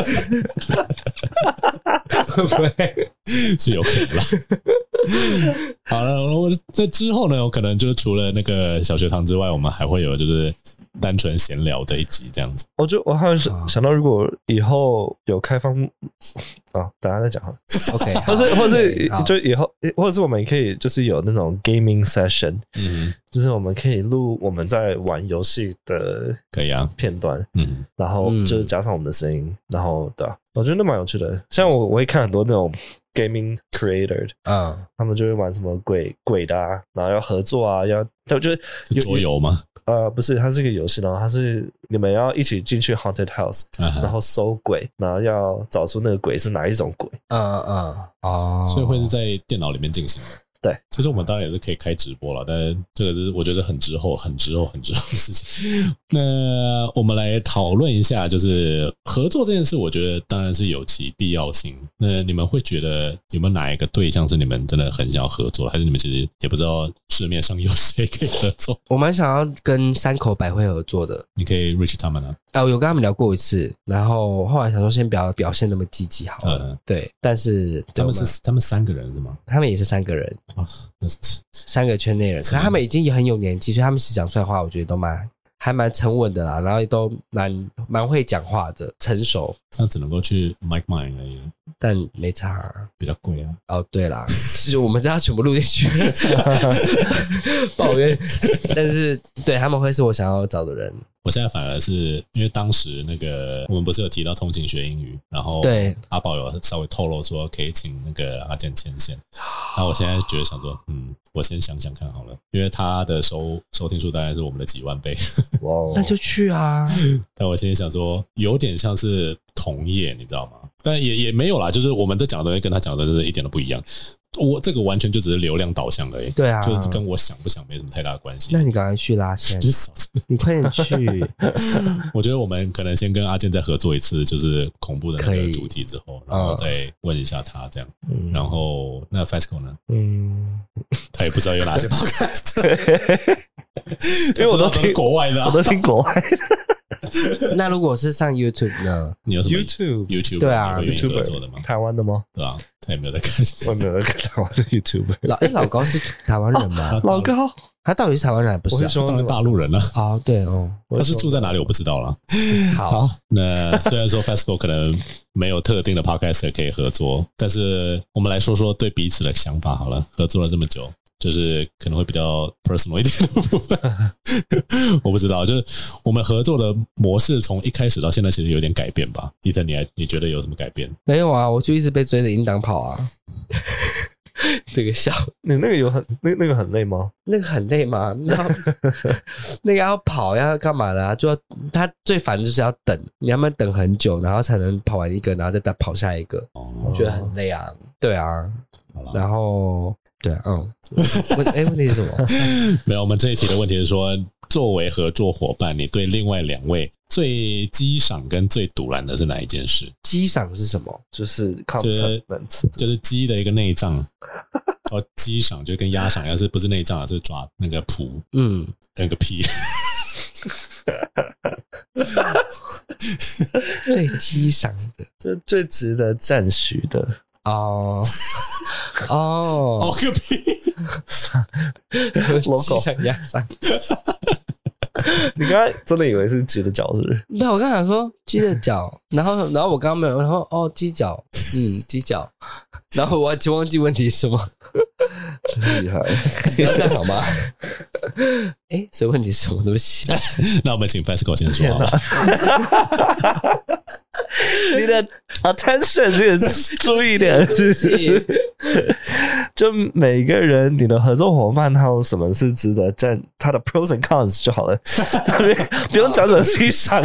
Speaker 2: 会不会？
Speaker 1: 是有可能啦。 好了，我那之后呢，我可能就是除了那个小学堂之外，我们还会有就是单纯闲聊的一集这样子。
Speaker 3: 我就我好像想想到，如果以后有开放 啊，等下再讲好了。
Speaker 2: OK，
Speaker 3: 或是或是
Speaker 2: 好
Speaker 3: 就以后，或者是我们可以就是有那种 gaming session，
Speaker 1: 嗯，
Speaker 3: 就是我们可以录我们在玩游戏的
Speaker 1: 可以啊。
Speaker 3: 片段，
Speaker 1: 嗯，
Speaker 3: 然后就是加上我们的声音，然后对啊、我觉得那蛮有趣的。像我我会看很多那种 gaming creator，
Speaker 2: 嗯，
Speaker 3: 他们就会玩什么鬼鬼的、啊，然后要合作啊，要他就是
Speaker 1: 是桌游吗？
Speaker 3: 呃不是，它是一个游戏，然后它是你们要一起进去 haunted house，
Speaker 1: 啊
Speaker 3: 然
Speaker 1: 哈，
Speaker 3: 后搜鬼，然后要找出那个鬼是哪一种鬼。
Speaker 2: 嗯嗯，哦，
Speaker 1: 所以会是在电脑里面进行的。
Speaker 3: 对，
Speaker 1: 其实我们当然也是可以开直播了，但是这个是我觉得很之后、很之后、很之后的事情。 那我们来讨论一下，就是合作这件事，我觉得当然是有其必要性。那你们会觉得有没有哪一个对象是你们真的很想要合作的，还是你们其实也不知道市面上有谁可以合作？
Speaker 2: 我蛮想要跟山口百惠合作的。
Speaker 1: 你可以 reach 他们啊。
Speaker 2: 啊，我有跟他们聊过一次，然后后来想说先不要表现那么积极好了，
Speaker 1: 嗯
Speaker 2: 对。但是对
Speaker 1: 他们
Speaker 2: 我
Speaker 1: 是他们三个人是吗？
Speaker 2: 他们也是三个人，
Speaker 1: 那是
Speaker 2: 三个圈内人，可是他们已经也很有年纪，所以他们其实讲出来的话，我觉得都蛮还蛮沉稳的啦，然后也都蛮蛮会讲话的，成熟，
Speaker 1: 这样只能够去 mic mine 而已，啊
Speaker 2: 但没差啊、
Speaker 1: 比较贵啊。
Speaker 2: 哦，对啦，就是我们这样全部录进去，抱怨。但是对他们会是我想要找的人，
Speaker 1: 我现在反而是因为当时那个我们不是有提到通勤学英语，然后
Speaker 2: 对
Speaker 1: 阿宝有稍微透露说可以请那个阿健牵线，那我现在觉得想说，嗯，我先想想看好了，因为他的收收听数大概是我们的几万倍，
Speaker 3: 哇哦
Speaker 2: 那就去啊。
Speaker 1: 但我现在想说有点像是同业，你知道吗？但也也没有啦，就是我们在讲的东西跟他讲的就是一点都不一样，我这个完全就只是流量导向而已，
Speaker 2: 对啊，
Speaker 1: 就是跟我想不想没什么太大的关系
Speaker 2: 那。你赶快去啦，先
Speaker 1: 你少
Speaker 2: 你快点去。
Speaker 1: 我觉得我们可能先跟阿健再合作一次，就是恐怖的那
Speaker 2: 可
Speaker 1: 个
Speaker 2: 以
Speaker 1: 主题之后，然后再问一下他这样。
Speaker 3: 嗯
Speaker 1: 然后那 FESCO 呢，
Speaker 3: 嗯，
Speaker 1: 他也不知道有哪些 podcast，
Speaker 3: 因为我
Speaker 1: 他
Speaker 3: 都
Speaker 1: 知道是
Speaker 3: 听
Speaker 1: 国外的啊
Speaker 3: 我，都听国外的
Speaker 2: 那如果是上 YouTube 呢？
Speaker 1: 你有什么
Speaker 3: YouTube
Speaker 1: YouTube
Speaker 2: 对啊
Speaker 1: 你会愿意合作的吗
Speaker 3: YouTuber，？台湾的吗？
Speaker 1: 对啊，他也没有在看。
Speaker 3: 我 没有在看台湾的啊 YouTube。
Speaker 2: 老哎、老高是台湾人吗？
Speaker 3: 老高，
Speaker 2: 他到底是台湾人还不是、
Speaker 3: 我会
Speaker 2: 啊？
Speaker 3: 说
Speaker 1: 当然大陆人了，
Speaker 2: 哦，对哦，
Speaker 1: 他是住在哪里我不知道了。
Speaker 2: 好，
Speaker 1: 好，那虽然说 E FESCO 可能没有特定的 podcast 可以合作，但是我们来说说对彼此的想法好了。合作了这么久，就是可能会比较 personal 一点的部分，我不知道，就是我们合作的模式从一开始到现在其实有点改变吧。伊藤，你还你觉得有什么改变？
Speaker 2: 没有啊，我就一直被追着应当跑啊。这个笑，
Speaker 3: 你那个有很那那个很累吗？
Speaker 2: 那个很累嘛，那那个要跑要干嘛的、啊？就要他最烦的就是要等，你要不然等很久，然后才能跑完一个，然后再打跑下一个，
Speaker 3: 哦
Speaker 2: 我觉得很累啊。对啊，
Speaker 1: 好了，
Speaker 2: 然后对啊，嗯，问哎、问题是什么？
Speaker 1: 没有，我们这一题的问题是说，作为合作伙伴，你对另外两位最激赏跟最堵拦的是哪一件事？
Speaker 2: 机赏是什么？
Speaker 3: 就是
Speaker 1: confidence 就是鸡的一个内 脏，哦，鸡赏就跟鸭赏一样，是不是内脏啊？是抓那个蹼，
Speaker 2: 嗯，
Speaker 1: 那个屁。
Speaker 2: 最机赏的
Speaker 3: 就最值得赞许的。
Speaker 2: 哦哦，
Speaker 1: 哦个 屁！
Speaker 2: 机
Speaker 3: logo
Speaker 2: 赏压赏。
Speaker 3: 你刚才真的以为是直的脚是不是？
Speaker 2: 对，我刚想说鸡的脚，然后然后我刚刚没有，然后哦鸡脚，嗯鸡脚，然后我完全忘记问题是什么，
Speaker 3: 真厉害！
Speaker 2: 不要这样好 吗？哎，所以问题是什么？对不起，
Speaker 1: 那我们请 FESCO 先说 好了。
Speaker 3: 你的 attention 这个注意点，是就每个人你的合作伙伴他有什么是值得占他的 pros and cons 就好了， 不用讲怎欣赏。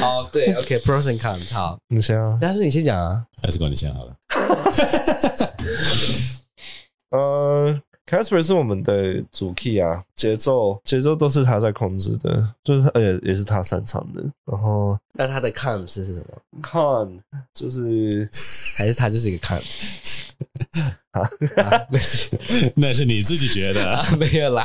Speaker 2: 好， 对，OK，pros、and cons，好，
Speaker 3: 你先啊，
Speaker 2: 但是你先讲啊，
Speaker 1: FESCO 你先好了。
Speaker 3: 呃，Casper 是我们的主 key 啊，节奏节奏都是他在控制的，就是而且也是他擅长的。然后
Speaker 2: 那他的 cons 是什么？
Speaker 3: con 就是
Speaker 2: 还是他就是一个 cons？
Speaker 3: 啊，
Speaker 2: 啊没事，
Speaker 1: 那是你自己觉得啊
Speaker 2: 没有啦，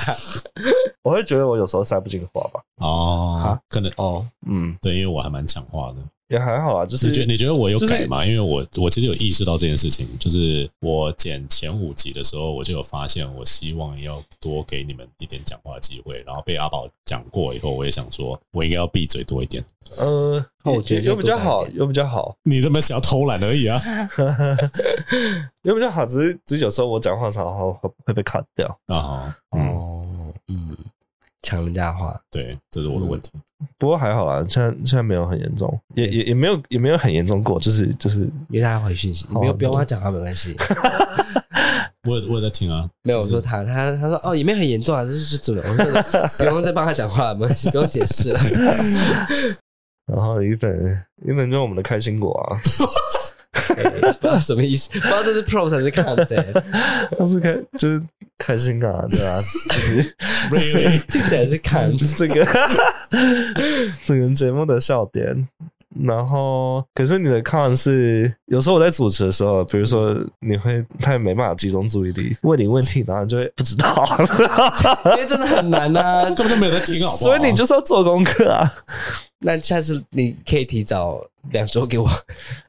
Speaker 3: 我会觉得我有时候塞不进话吧，
Speaker 1: 哦，可能
Speaker 2: 哦，
Speaker 3: 嗯，
Speaker 1: 对，因为我还蛮强化的。
Speaker 3: 也还好啊，就是
Speaker 1: 你觉得你觉得我有
Speaker 3: 就是
Speaker 1: 改吗？因为我我其实有意识到这件事情，就是我剪前五集的时候，我就有发现，我希望要多给你们一点讲话机会。然后被阿宝讲过以后，我也想说，我应该要闭嘴多一 点。
Speaker 3: 呃，
Speaker 2: 那我觉得
Speaker 3: 有比较
Speaker 2: 多
Speaker 3: 好，
Speaker 2: 干一
Speaker 3: 有比较好，
Speaker 1: 你这么想要偷懒而已啊！
Speaker 3: 有比较好，只是只是有时候我讲话常常会会被 cut 掉。
Speaker 1: 啊哈，
Speaker 3: 嗯，
Speaker 2: 哦，嗯，抢人家的话，
Speaker 1: 对，这是我的问题。
Speaker 3: 不过还好啦，现在现在没有很严重，也也也没有也没有很严重过，就是就是
Speaker 2: 因为他回讯息，你
Speaker 3: 好
Speaker 2: 不用
Speaker 3: 很
Speaker 2: 不用
Speaker 3: 多
Speaker 2: 跟他讲话没关系。
Speaker 1: 我有我有在听 啊，
Speaker 2: 没有，我说他，他他说哦，也没有很严重啊，这是怎么了？我说不用再帮他讲话了，没关系，不用解释了。
Speaker 3: 然后一本一本就是我们的开心果啊，
Speaker 2: 不知道什么意思，不知道这是 pro 还是 cons，、欸、
Speaker 3: 但 是开就是开心啊，对 啊，就是
Speaker 2: 听起来是 cons。
Speaker 3: 这个整个节目的笑点。然后，可是你的 con 是有时候我在主持的时候，比如说你会太没办法集中注意力，问你问题，然后你就会不知道，
Speaker 2: 因为真的很难啊呐、
Speaker 1: 根本就没有在听，好不好？
Speaker 3: 所以你就是要做功课啊。
Speaker 2: 那下次你可以提早两周给我，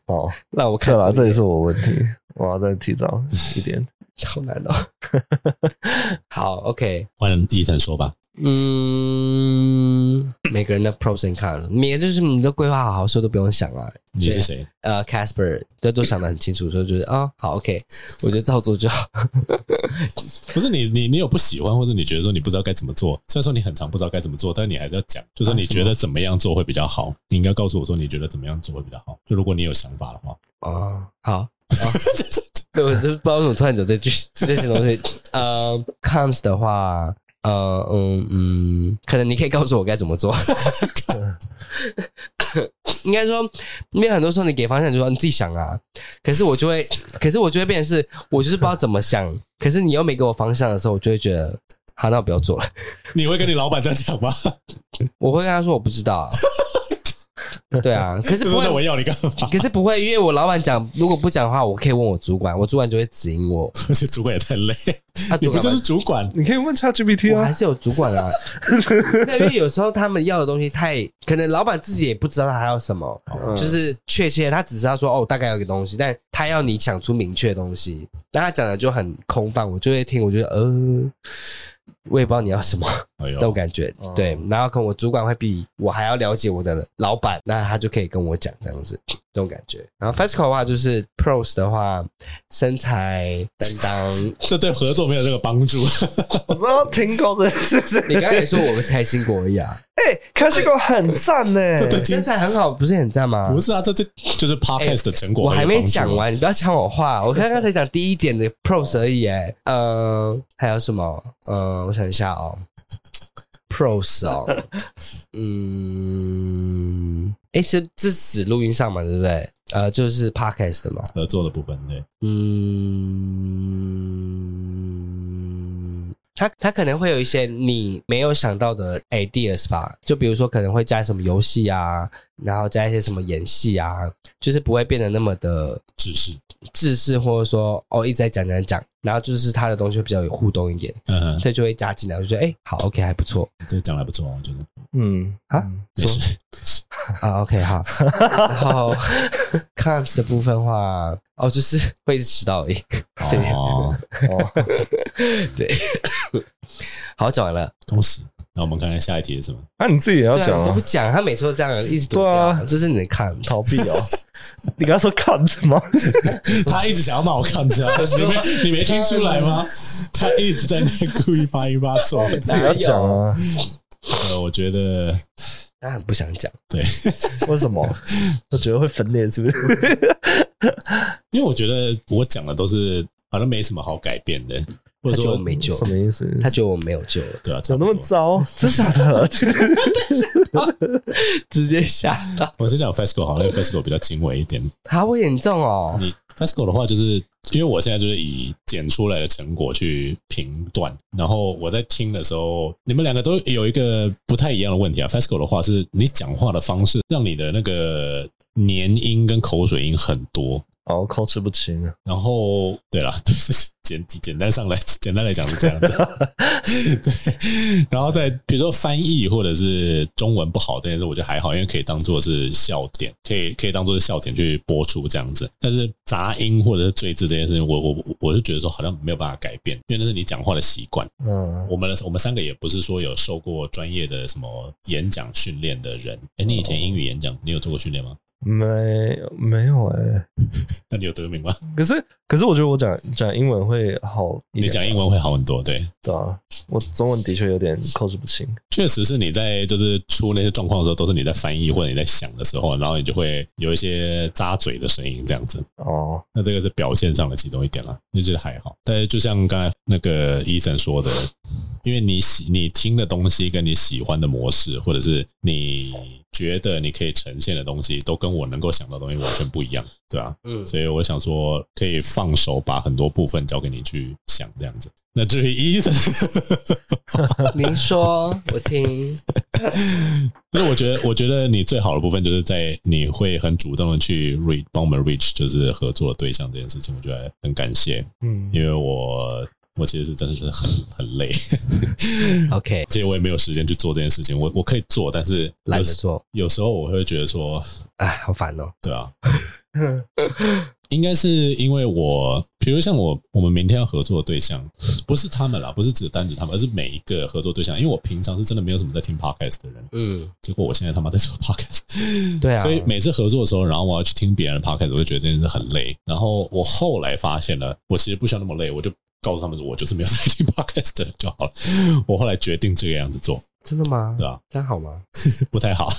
Speaker 3: 哦，
Speaker 2: 让我
Speaker 3: 对
Speaker 2: 看作
Speaker 3: 啦，
Speaker 2: 业。
Speaker 3: 这也是我问题，我要再提早一点。
Speaker 2: 好难哦。好，OK，
Speaker 1: 换伊晨说吧。
Speaker 2: 嗯，每个人的 pros and cons，每个就是你都规划好好，说都不用想啊。
Speaker 1: 你是谁？
Speaker 2: 呃，Casper 都都想得很清楚，所以就是啊、好，OK，我就照做就好。
Speaker 1: 不是你，你你有不喜欢，或者你觉得说你不知道该怎么做？虽然说你很常不知道该怎么做，但你还是要讲，就是说你觉得怎么样做会比较好。你应该告诉我说你觉得怎么样做会比较好。就如果你有想法的话，
Speaker 2: 哦，好， 哦、对，我就不知道为什么突然有这句这些东西。呃，cons 的话，呃，嗯嗯，可能你可以告诉我该怎么做。 应该说，因为很多时候你给方向，你就说你自己想啊。可是我就会，可是我就会变成是，我就是不知道怎么想。可是你又没给我方向的时候，我就会觉得，好，那我不要做了。
Speaker 1: 你会跟你老板这样讲吗？
Speaker 2: 我会跟他说我不知道啊、对啊，可是
Speaker 1: 就
Speaker 2: 不
Speaker 1: 是
Speaker 2: 会
Speaker 1: 那我要你干嘛？
Speaker 2: 可是不会，因为我老板讲，如果不讲的话，我可以问我主管，我主管就会指引我。
Speaker 1: 而且主管也太累，
Speaker 2: 啊，
Speaker 1: 你不
Speaker 2: 主管
Speaker 1: 就是
Speaker 2: 吧
Speaker 1: 主管？
Speaker 3: 你可以问 ChatGPT
Speaker 2: 我还
Speaker 3: 啊，
Speaker 2: 是有主管啊，对因为有时候他们要的东西太，可能老板自己也不知道他还要什么，
Speaker 3: 嗯
Speaker 2: 就是确切，他只知道说哦，大概有一个东西，但他要你想出明确的东西，但他讲的就很空泛，我就会听，我觉得呃，我也不知道你要什么。
Speaker 1: 哎
Speaker 2: 这种
Speaker 1: 呦，
Speaker 2: 感觉
Speaker 3: 哦。
Speaker 2: 对，然后可能我主管会比我还要了解我的老板，那他就可以跟我讲这样子。那种感觉。然后 FESCO 的话，就是 Pros 的话，身材担当。
Speaker 1: 这对合作没有这个帮助。
Speaker 3: 我知道听过这 是是，
Speaker 2: 你刚才也说我们是开心果一啊，
Speaker 3: 哎，开心果很赞呢。
Speaker 1: 这对
Speaker 2: 身材很好，不是很赞吗？
Speaker 1: 不是啊，这这就是 podcast 的成果。
Speaker 2: 我还没讲，完，你不要抢我话。我刚刚才讲第一点的 pros 而已、哎，呃，还有什么？呃，我想一下哦，pros 哦，嗯，哎、是是指录音上嘛，对不对？呃，就是 podcast 的嘛，
Speaker 1: 合作的部分对。
Speaker 2: 嗯，他他可能会有一些你没有想到的 ideas 吧，就比如说可能会加什么游戏啊，然后加一些什么演戏啊，就是不会变得那么的
Speaker 1: 只是，
Speaker 2: 制式，或者说哦一直在讲讲讲，然后就是他的东西会比较有互动一点，
Speaker 1: 嗯，
Speaker 2: 所以就会加进来，就觉得哎、好 OK 还不错
Speaker 1: 这讲的还不错，我觉得
Speaker 3: 嗯
Speaker 2: 啊
Speaker 3: 嗯
Speaker 1: 没事。
Speaker 2: 啊 OK 好，然后 comes 的部分的话哦就是会一直迟到而已，这点
Speaker 1: 哦，
Speaker 3: 哦，
Speaker 2: 好讲完了。
Speaker 1: 恭喜。那我们看看下一题是什么？
Speaker 3: 那你自己也要
Speaker 2: 对啊，
Speaker 3: 讲
Speaker 2: 你都
Speaker 3: 啊
Speaker 2: 不，讲，他每次都这样，一直躲
Speaker 3: 对
Speaker 2: 掉，
Speaker 3: 啊
Speaker 2: 这是你的看法。
Speaker 3: 逃避哦。你刚才说看什么？
Speaker 1: 他一直想要骂我 看着啊，你没你没听出来吗？他一直在那故意巴一巴做。
Speaker 3: 自己要 讲啊？
Speaker 1: 呃，我觉得
Speaker 2: 他很不想讲，
Speaker 3: 为什么？ 我觉得会分裂，是不是？
Speaker 1: 因为我觉得我讲的都是好像没什么好改变的，或者
Speaker 2: 他觉得
Speaker 1: 说
Speaker 2: 我没救
Speaker 3: 什，么意思？
Speaker 2: 他觉得我没有救了，
Speaker 1: 对啊，差
Speaker 3: 有
Speaker 1: 不
Speaker 3: 那么
Speaker 1: 多
Speaker 3: 糟？真假的？
Speaker 2: 直接吓到
Speaker 1: 我是讲 FESCO 好了因为，FESCO 比较轻微一点。
Speaker 2: 他会严重哦。
Speaker 1: 你 FESCO 的话，就是因为我现在就是以剪出来的成果去评断，然后我在听的时候，你们两个都有一个不太一样的问题啊。FESCO 的话是你讲话的方式，让你的那个黏音跟口水音很多，
Speaker 3: 哦，口齿不清啊。
Speaker 1: 然后，对啦， 对，简简单上来，简单来讲是这样子。对，然后再比如说翻译或者是中文不好这件事，我觉得还好，因为可以当做是笑点，可以可以当做是笑点去播出这样子。但是杂音或者是赘字这件事情，我我我我是觉得说好像没有办法改变，因为那是你讲话的习惯。
Speaker 3: 嗯，
Speaker 1: 我们我们三个也不是说有受过专业的什么演讲训练的人。哎，你以前英语演讲你有做过训练吗？
Speaker 3: 没没有哎、
Speaker 1: 那你有得名吗？
Speaker 3: 可是可是我觉得我讲讲英文会好
Speaker 1: 你
Speaker 3: 一点，
Speaker 1: 讲英文会好很多，对。
Speaker 3: 对啊，我中文的确有点口齿不清。
Speaker 1: 确实是你在就是出那些状况的时候，都是你在翻译或者你在想的时候，啊然后你就会有一些扎嘴的声音这样子。
Speaker 3: 哦，
Speaker 1: 那这个是表现上的其中一点啦，就觉得还好。但是就像刚才那个医生说的，因为你喜你听的东西跟你喜欢的模式，或者是你觉得你可以呈现的东西，都跟我能够想到的东西完全不一样，对啊。
Speaker 2: 嗯，
Speaker 1: 所以我想说，可以放手把很多部分交给你去想这样子。那至于医生，
Speaker 2: 您说，我听。
Speaker 1: 那我觉得，我觉得你最好的部分就是在你会很主动的去 reach 帮我们 reach 就是合作的对象这件事情，我觉得很感谢，
Speaker 3: 嗯，
Speaker 1: 因为我我其实是真的是很很累，
Speaker 2: OK，
Speaker 1: 而且我也没有时间去做这件事情。我我可以做，但是
Speaker 2: 懒
Speaker 1: 有
Speaker 2: 得
Speaker 1: 时
Speaker 2: 做，
Speaker 1: 有时候我会觉得说，
Speaker 2: 哎，好烦哦。
Speaker 1: 对啊，应该是因为我，比如像我，我们明天要合作的对象不是他们啦，不是指单指他们，而是每一个合作对象，因为我平常是真的没有什么在听 podcast 的人。
Speaker 2: 嗯，
Speaker 1: 结果我现在他妈在做 podcast，
Speaker 2: 对啊
Speaker 1: 所以每次合作的时候，然后我要去听别人的 podcast，我就觉得真的是很累。然后我后来发现了，我其实不需要那么累，我就告诉他们我就是没有在听 podcast 的人就好了。我后来决定这个样子做，
Speaker 2: 真的吗？
Speaker 1: 对啊，
Speaker 2: 这样好吗？
Speaker 1: 不太好，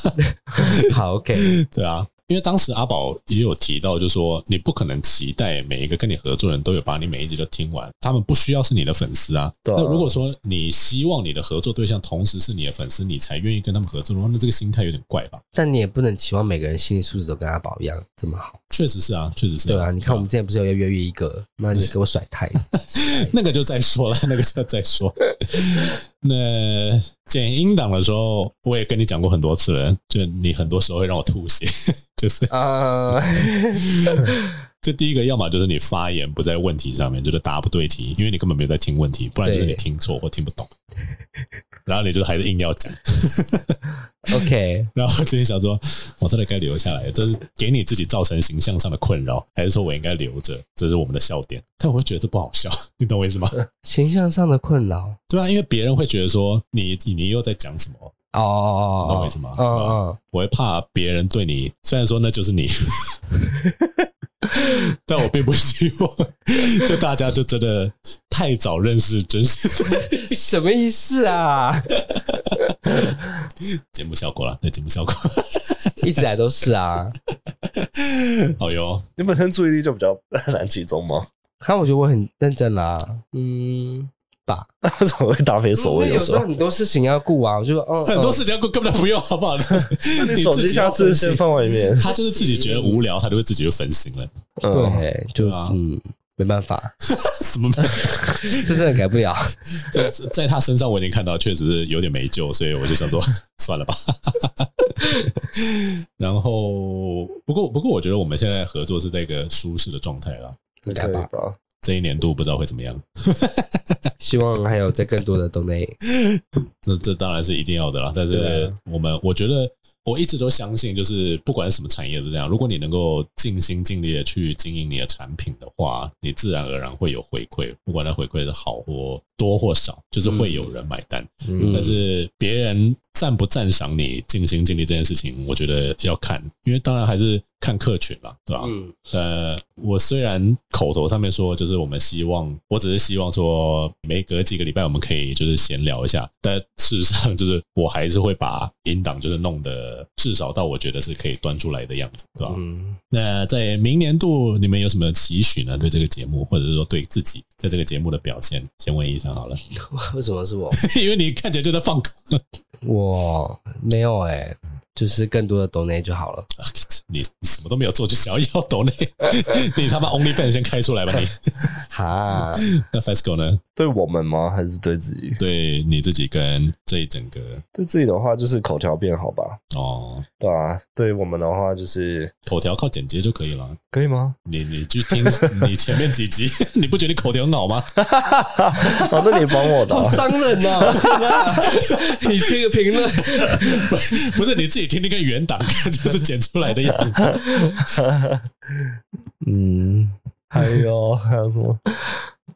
Speaker 2: 好，OK，
Speaker 1: 对啊。因为当时阿宝也有提到，就说你不可能期待每一个跟你合作的人都有把你每一集都听完，他们不需要是你的粉丝啊。
Speaker 3: 对啊
Speaker 1: 那如果说你希望你的合作对象同时是你的粉丝，你才愿意跟他们合作的话，那这个心态有点怪吧？
Speaker 2: 但你也不能期望每个人心理素质都跟阿宝一样这么好，
Speaker 1: 确实是啊，确实是、
Speaker 2: 对啊，你看我们之前不是有约约一个，妈你给我甩胎，
Speaker 1: 那个就再说了，那个就再说。 那剪音档的时候，我也跟你讲过很多次了，就你很多时候会让我吐血， 就是
Speaker 2: 呃，
Speaker 1: 这第一个，要么就是你发言不在问题上面，就是答不对题，因为你根本没有在听问题；，不然就是你
Speaker 2: 对
Speaker 1: 听错或听不懂，然后你就还是硬要讲。
Speaker 2: OK，
Speaker 1: 然后自己想说，我到底该留下来，这是给你自己造成形象上的困扰，还是说我应该留着？这是我们的笑点，但我会觉得这不好笑，你懂我意思吗？
Speaker 2: 形象上的困扰
Speaker 1: 对啊，因为别人会觉得说你你又在讲什么。
Speaker 2: 哦哦哦，
Speaker 1: 懂我意思吗
Speaker 2: 嗯嗯，
Speaker 1: 我会怕别人对你，虽然说那就是你，但我并不希望，就大家就真的太早认识真实的
Speaker 2: 什么意思啊？
Speaker 1: 节目效果了，对节目效果，
Speaker 2: 一直以来都是啊。
Speaker 1: 好哦哟，
Speaker 3: 你本身注意力就比较 难集中吗？
Speaker 2: 看，我觉得我很认真啦、嗯，吧。
Speaker 3: 那怎么会答非所
Speaker 2: 因为
Speaker 3: 问？有
Speaker 2: 有时
Speaker 3: 时
Speaker 2: 候
Speaker 3: 候，
Speaker 2: 很多事情要顾啊，我就哦，
Speaker 1: 很多
Speaker 2: 嗯
Speaker 1: 事情要根本不用，好不好？
Speaker 3: 那
Speaker 1: 自
Speaker 3: 你
Speaker 1: 己
Speaker 3: 手机下
Speaker 1: 要
Speaker 3: 次
Speaker 1: 分心
Speaker 3: 先放外面。
Speaker 1: 他就是自己觉得无聊，他就会自己就分心了。
Speaker 3: 嗯，
Speaker 2: 哦对，就
Speaker 1: 对啊
Speaker 2: 嗯，没办法，
Speaker 1: 什么？
Speaker 2: 这真的改不了。
Speaker 1: 在在他身上我已经看到，确实是有点没救，所以我就想说算了吧。然后，不过不过，我觉得我们现在合作是在一个舒适的状态啦。
Speaker 2: 应该
Speaker 3: 可以
Speaker 2: 吧？
Speaker 3: 吧？
Speaker 1: 这一年度不知道会怎么样，
Speaker 2: 希望还有再更多的东内，
Speaker 1: 这这当然是一定要的啦。但
Speaker 3: 对
Speaker 1: 是
Speaker 3: 啊
Speaker 1: 我们，我觉得我一直都相信，就是不管什么产业都这样，如果你能够尽心尽力的去经营你的产品的话，你自然而然会有回馈，不管那回馈是好或多或少，就是会有人买单。
Speaker 2: 嗯
Speaker 1: 但是别人赞不赞赏你尽心尽力这件事情，我觉得要看，因为当然还是看客群啦，对吧、
Speaker 2: 嗯，
Speaker 1: 呃，我虽然口头上面说，就是我们希望，我只是希望说，每隔几个礼拜我们可以就是闲聊一下，但事实上就是我还是会把音档就是弄得至少到我觉得是可以端出来的样子，对吧、
Speaker 2: 嗯，
Speaker 1: 那在明年度你们有什么期许呢？对这个节目，或者是说对自己在这个节目的表现，先问医生好了，
Speaker 2: 为什么是我？
Speaker 1: 因为你看起来就在放空。
Speaker 2: 我没有哎、就是更多的懂内就好了。
Speaker 1: 啊你你什么都没有做，就想要要抖内， 你他妈 OnlyFans 先开出来吧你。
Speaker 2: 哈，
Speaker 1: 那 FESCO 呢？
Speaker 3: 对我们吗？还是对自己？
Speaker 1: 对你自己跟这一整个
Speaker 3: 对自己的话，就是口条变好吧？
Speaker 1: 哦，
Speaker 3: 对啊，对我们的话就是
Speaker 1: 口条靠剪接就可以了。
Speaker 3: 可 以吗？
Speaker 1: 你你去听你前面几集， 你不觉得你口条很好吗？
Speaker 3: 哦，那你帮我的啊、
Speaker 2: 好伤人呐、啊！天哪你这个评论，
Speaker 1: 不是你自己听听跟原档， 就是剪出来的样子。
Speaker 3: 嗯， 还有还有什么？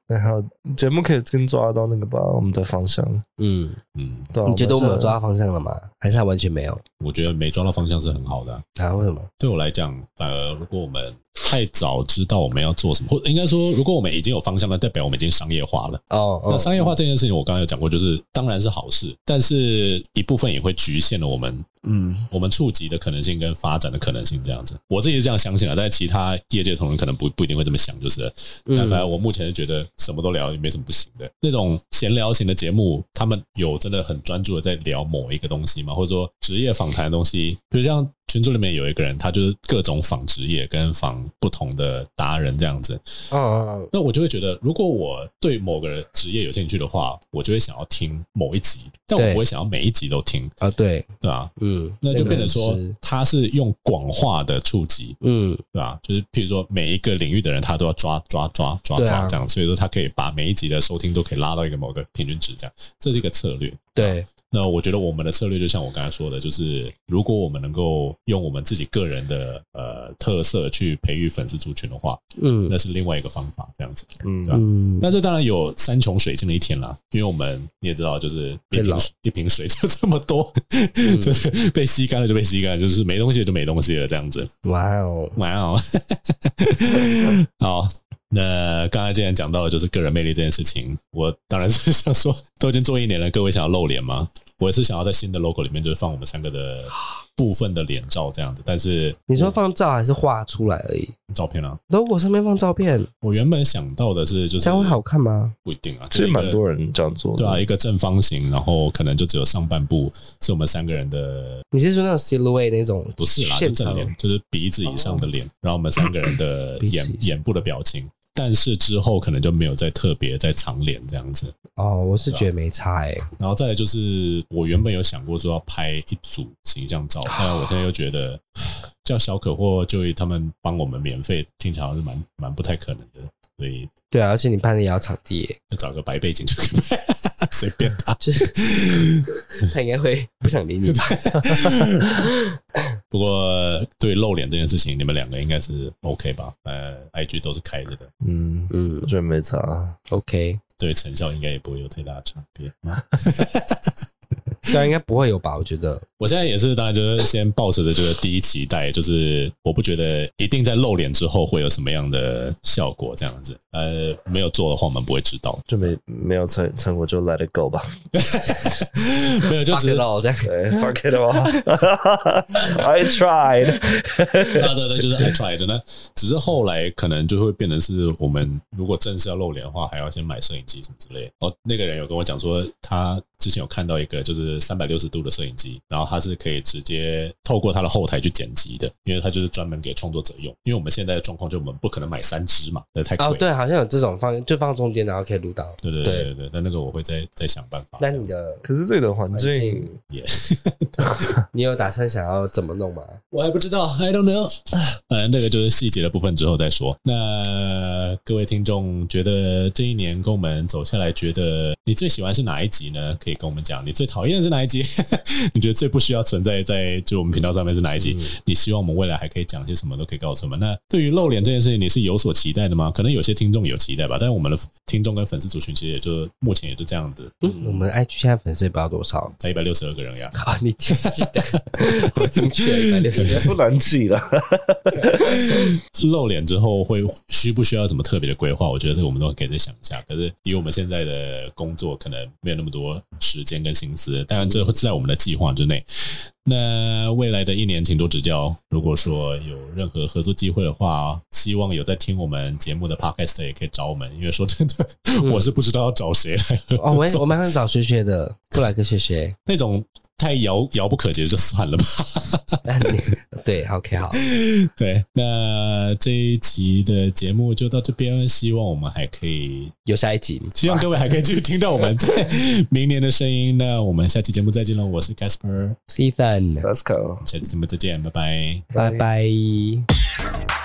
Speaker 3: 然后节目可以更抓到那个吧，我们的方向。
Speaker 2: 嗯，
Speaker 1: 嗯，
Speaker 3: 对啊、
Speaker 2: 你觉得我们有
Speaker 3: 是
Speaker 2: 抓到方向了吗？还是还完全没有？
Speaker 1: 我觉得没抓到方向是很好的啊、
Speaker 2: 啊？为什么？
Speaker 1: 对我来讲，反而如果我们太早知道我们要做什么，或应该说，如果我们已经有方向了，代表我们已经商业化了。
Speaker 2: 哦
Speaker 1: 那
Speaker 2: 哦，
Speaker 1: 商业化这件事情，我刚刚有讲过，就是当然是好事，但是一部分也会局限了我们
Speaker 3: 嗯，
Speaker 1: 我们触及的可能性跟发展的可能性这样子。我自己是这样相信的，但其他业界同仁可能不不一定会这么想，就是了。但
Speaker 2: 嗯
Speaker 1: 反正我目前是觉得什么都聊也没什么不行的。那种闲聊型的节目，他们有真的很专注的在聊某一个东西吗？或者说职业访谈的东西，比如像群组里面有一个人，他就是各种访职业跟访不同的达人这样子。
Speaker 2: 嗯嗯嗯
Speaker 1: 那我就会觉得，如果我对某个职业有兴趣的话，我就会想要听某一集，但我
Speaker 2: 对
Speaker 1: 不会想要每一集都听，
Speaker 2: 啊，对，
Speaker 1: 对吧？
Speaker 2: 嗯，
Speaker 1: 那就变成说
Speaker 2: 那个是，
Speaker 1: 他是用广化的触及，
Speaker 2: 嗯
Speaker 1: 对吧？就是譬如说，每一个领域的人，他都要抓抓抓抓
Speaker 2: 对
Speaker 1: 抓
Speaker 2: 啊
Speaker 1: 这样，所以说他可以把每一集的收听都可以拉到一个某个平均值，这样，这是一个策略。
Speaker 2: 对，
Speaker 1: 那我觉得我们的策略就像我刚才说的，就是如果我们能够用我们自己个人的呃特色去培育粉丝族群的话，
Speaker 2: 嗯
Speaker 1: 那是另外一个方法，这样子。
Speaker 3: 嗯
Speaker 1: 对啊
Speaker 2: 嗯，
Speaker 1: 那这当然有山穷水尽的一天啦，因为我们你也知道，就是一
Speaker 2: 会老嗯
Speaker 1: 瓶水一瓶水就这么多， 就是被吸干了就被吸干了，就是没东西就没东西了，这样子。
Speaker 2: 哇哦，
Speaker 1: 哇哦， 好，那刚才既然讲到的就是个人魅力这件事情，我当然是想说，都已经做一年了，各位想要露脸吗？我也是想要在新的 logo 里面就是放我们三个的部分的脸照这样子，但是
Speaker 2: 你说放照还是画出来而已？
Speaker 1: 照片啊，
Speaker 2: 如果上面放照片，
Speaker 1: 我原本想到的是就是
Speaker 2: 这样会好看吗？
Speaker 1: 不一定啊，
Speaker 3: 其实
Speaker 1: 就是一
Speaker 3: 蛮
Speaker 1: 个
Speaker 3: 多人这样做的。
Speaker 1: 对啊，一个正方形，然后可能就只有上半部是我们三个人的，
Speaker 2: 你是说那种 silhouette 那种
Speaker 1: 不是啦，就
Speaker 2: 现
Speaker 1: 正
Speaker 2: 场？哦
Speaker 1: 脸，就是鼻子以上的脸，然后我们三个人的
Speaker 2: 鼻子
Speaker 1: 眼
Speaker 2: 以上
Speaker 1: 眼部的表情。但是之后可能就没有再特别再长脸这样子，
Speaker 2: 哦，我是
Speaker 1: 啊
Speaker 2: 觉得没差哎，
Speaker 1: 然后再来就是我原本有想过说要拍一组形象照，但我现在又觉得叫小可或就业他们帮我们免费，听起来好像是蛮蛮不太可能的，所以
Speaker 2: 对啊，而且你拍的也要场地耶，
Speaker 1: 就找个白背景就可以拍， 随便他。
Speaker 2: 就是 他应该会不想理你吧？
Speaker 1: 不过对露脸这件事情，你们两个应该是 OK 吧？呃，IG 都是开着的，
Speaker 3: 嗯，
Speaker 2: 嗯
Speaker 3: 我觉得没差。
Speaker 2: ，OK，
Speaker 1: 对成效应该也不会有太大的差别。
Speaker 2: 对啊，应该不会有吧？我觉得
Speaker 1: 我现在也是，当然就是先抱持着就是第一期待，就是我不觉得一定在露脸之后会有什么样的效果这样子。呃，没有做的话，我们不会知道。
Speaker 3: 就没没有成成果就 let it go 吧。
Speaker 1: 没 有，就只是
Speaker 2: 老这样。
Speaker 3: 对，fuck it all，I tried 。
Speaker 1: 啊，对对，就是 I tried 呢。只是后来可能就会变成是我们如果正式要露脸的话，还要先买摄影机什么之类的。哦，那个人有跟我讲说，他之前有看到一个就是三百六十度的摄影机，然后他是可以直接透过他的后台去剪辑的，因为他就是专门给创作者用。因为我们现在的状况就我们不可能买三支嘛，那太贵了。
Speaker 2: 哦，对，好像有这种放，就放中间，然后可以录到。
Speaker 1: 对对对对对，但那个我会再再想办法。
Speaker 2: 那你的
Speaker 3: 可是这里的环
Speaker 2: 环
Speaker 3: 境
Speaker 2: 境，
Speaker 1: 也、
Speaker 2: 你有打算想要怎么弄吗？
Speaker 1: 我还不知道，I don't know。呃，那个就是细节的部分之后再说。那各位听众觉得这一年跟我们走下来，觉得你最喜欢是哪一集呢？可以跟我们讲。你最讨厌的是哪一集？ 你觉得最不需要存在在就我们频道上面是哪一集？你希望我们未来还可以讲些什么，都可以告诉我们。那对于露脸这件事情，你是有所期待的吗？可能有些听众有期待吧，但是我们的听众跟粉丝族群其实也就目前也就这样子，
Speaker 2: 嗯，我们 IG 现在粉丝也不知道多少。
Speaker 1: 才一百六十二个人呀。
Speaker 2: 好，你记记得， 我进去了一百 六十
Speaker 3: 也不难记 了。
Speaker 1: 露脸之后会需不需要什么特别的规划？我觉得这个我们都可以再想一下。可是以我们现在的工作，可能没有那么多时间跟心思，当然这会是在我们的计划之内。那未来的一年，请多指教。如果说有任何合作机会的话，希望有在听我们节目的 podcast 的也可以找我们，因为说真的，我是不知道要找谁来合
Speaker 2: 哦，我也
Speaker 1: 作
Speaker 2: 我蛮想找学学的，布莱克学学。
Speaker 1: 那种太遥遥不可及的就算了吧。
Speaker 2: 那你对，OK，好，
Speaker 1: 对，那这一集的节目就到这边，希望我们还可以
Speaker 2: 有下一集。
Speaker 1: 希望各位还可以继续听到我们在明年的声音。那我们下期节目再见了，我是 Casper，
Speaker 2: See you then，
Speaker 3: Let's go。
Speaker 1: 下期节目再见，拜拜。
Speaker 2: 拜拜。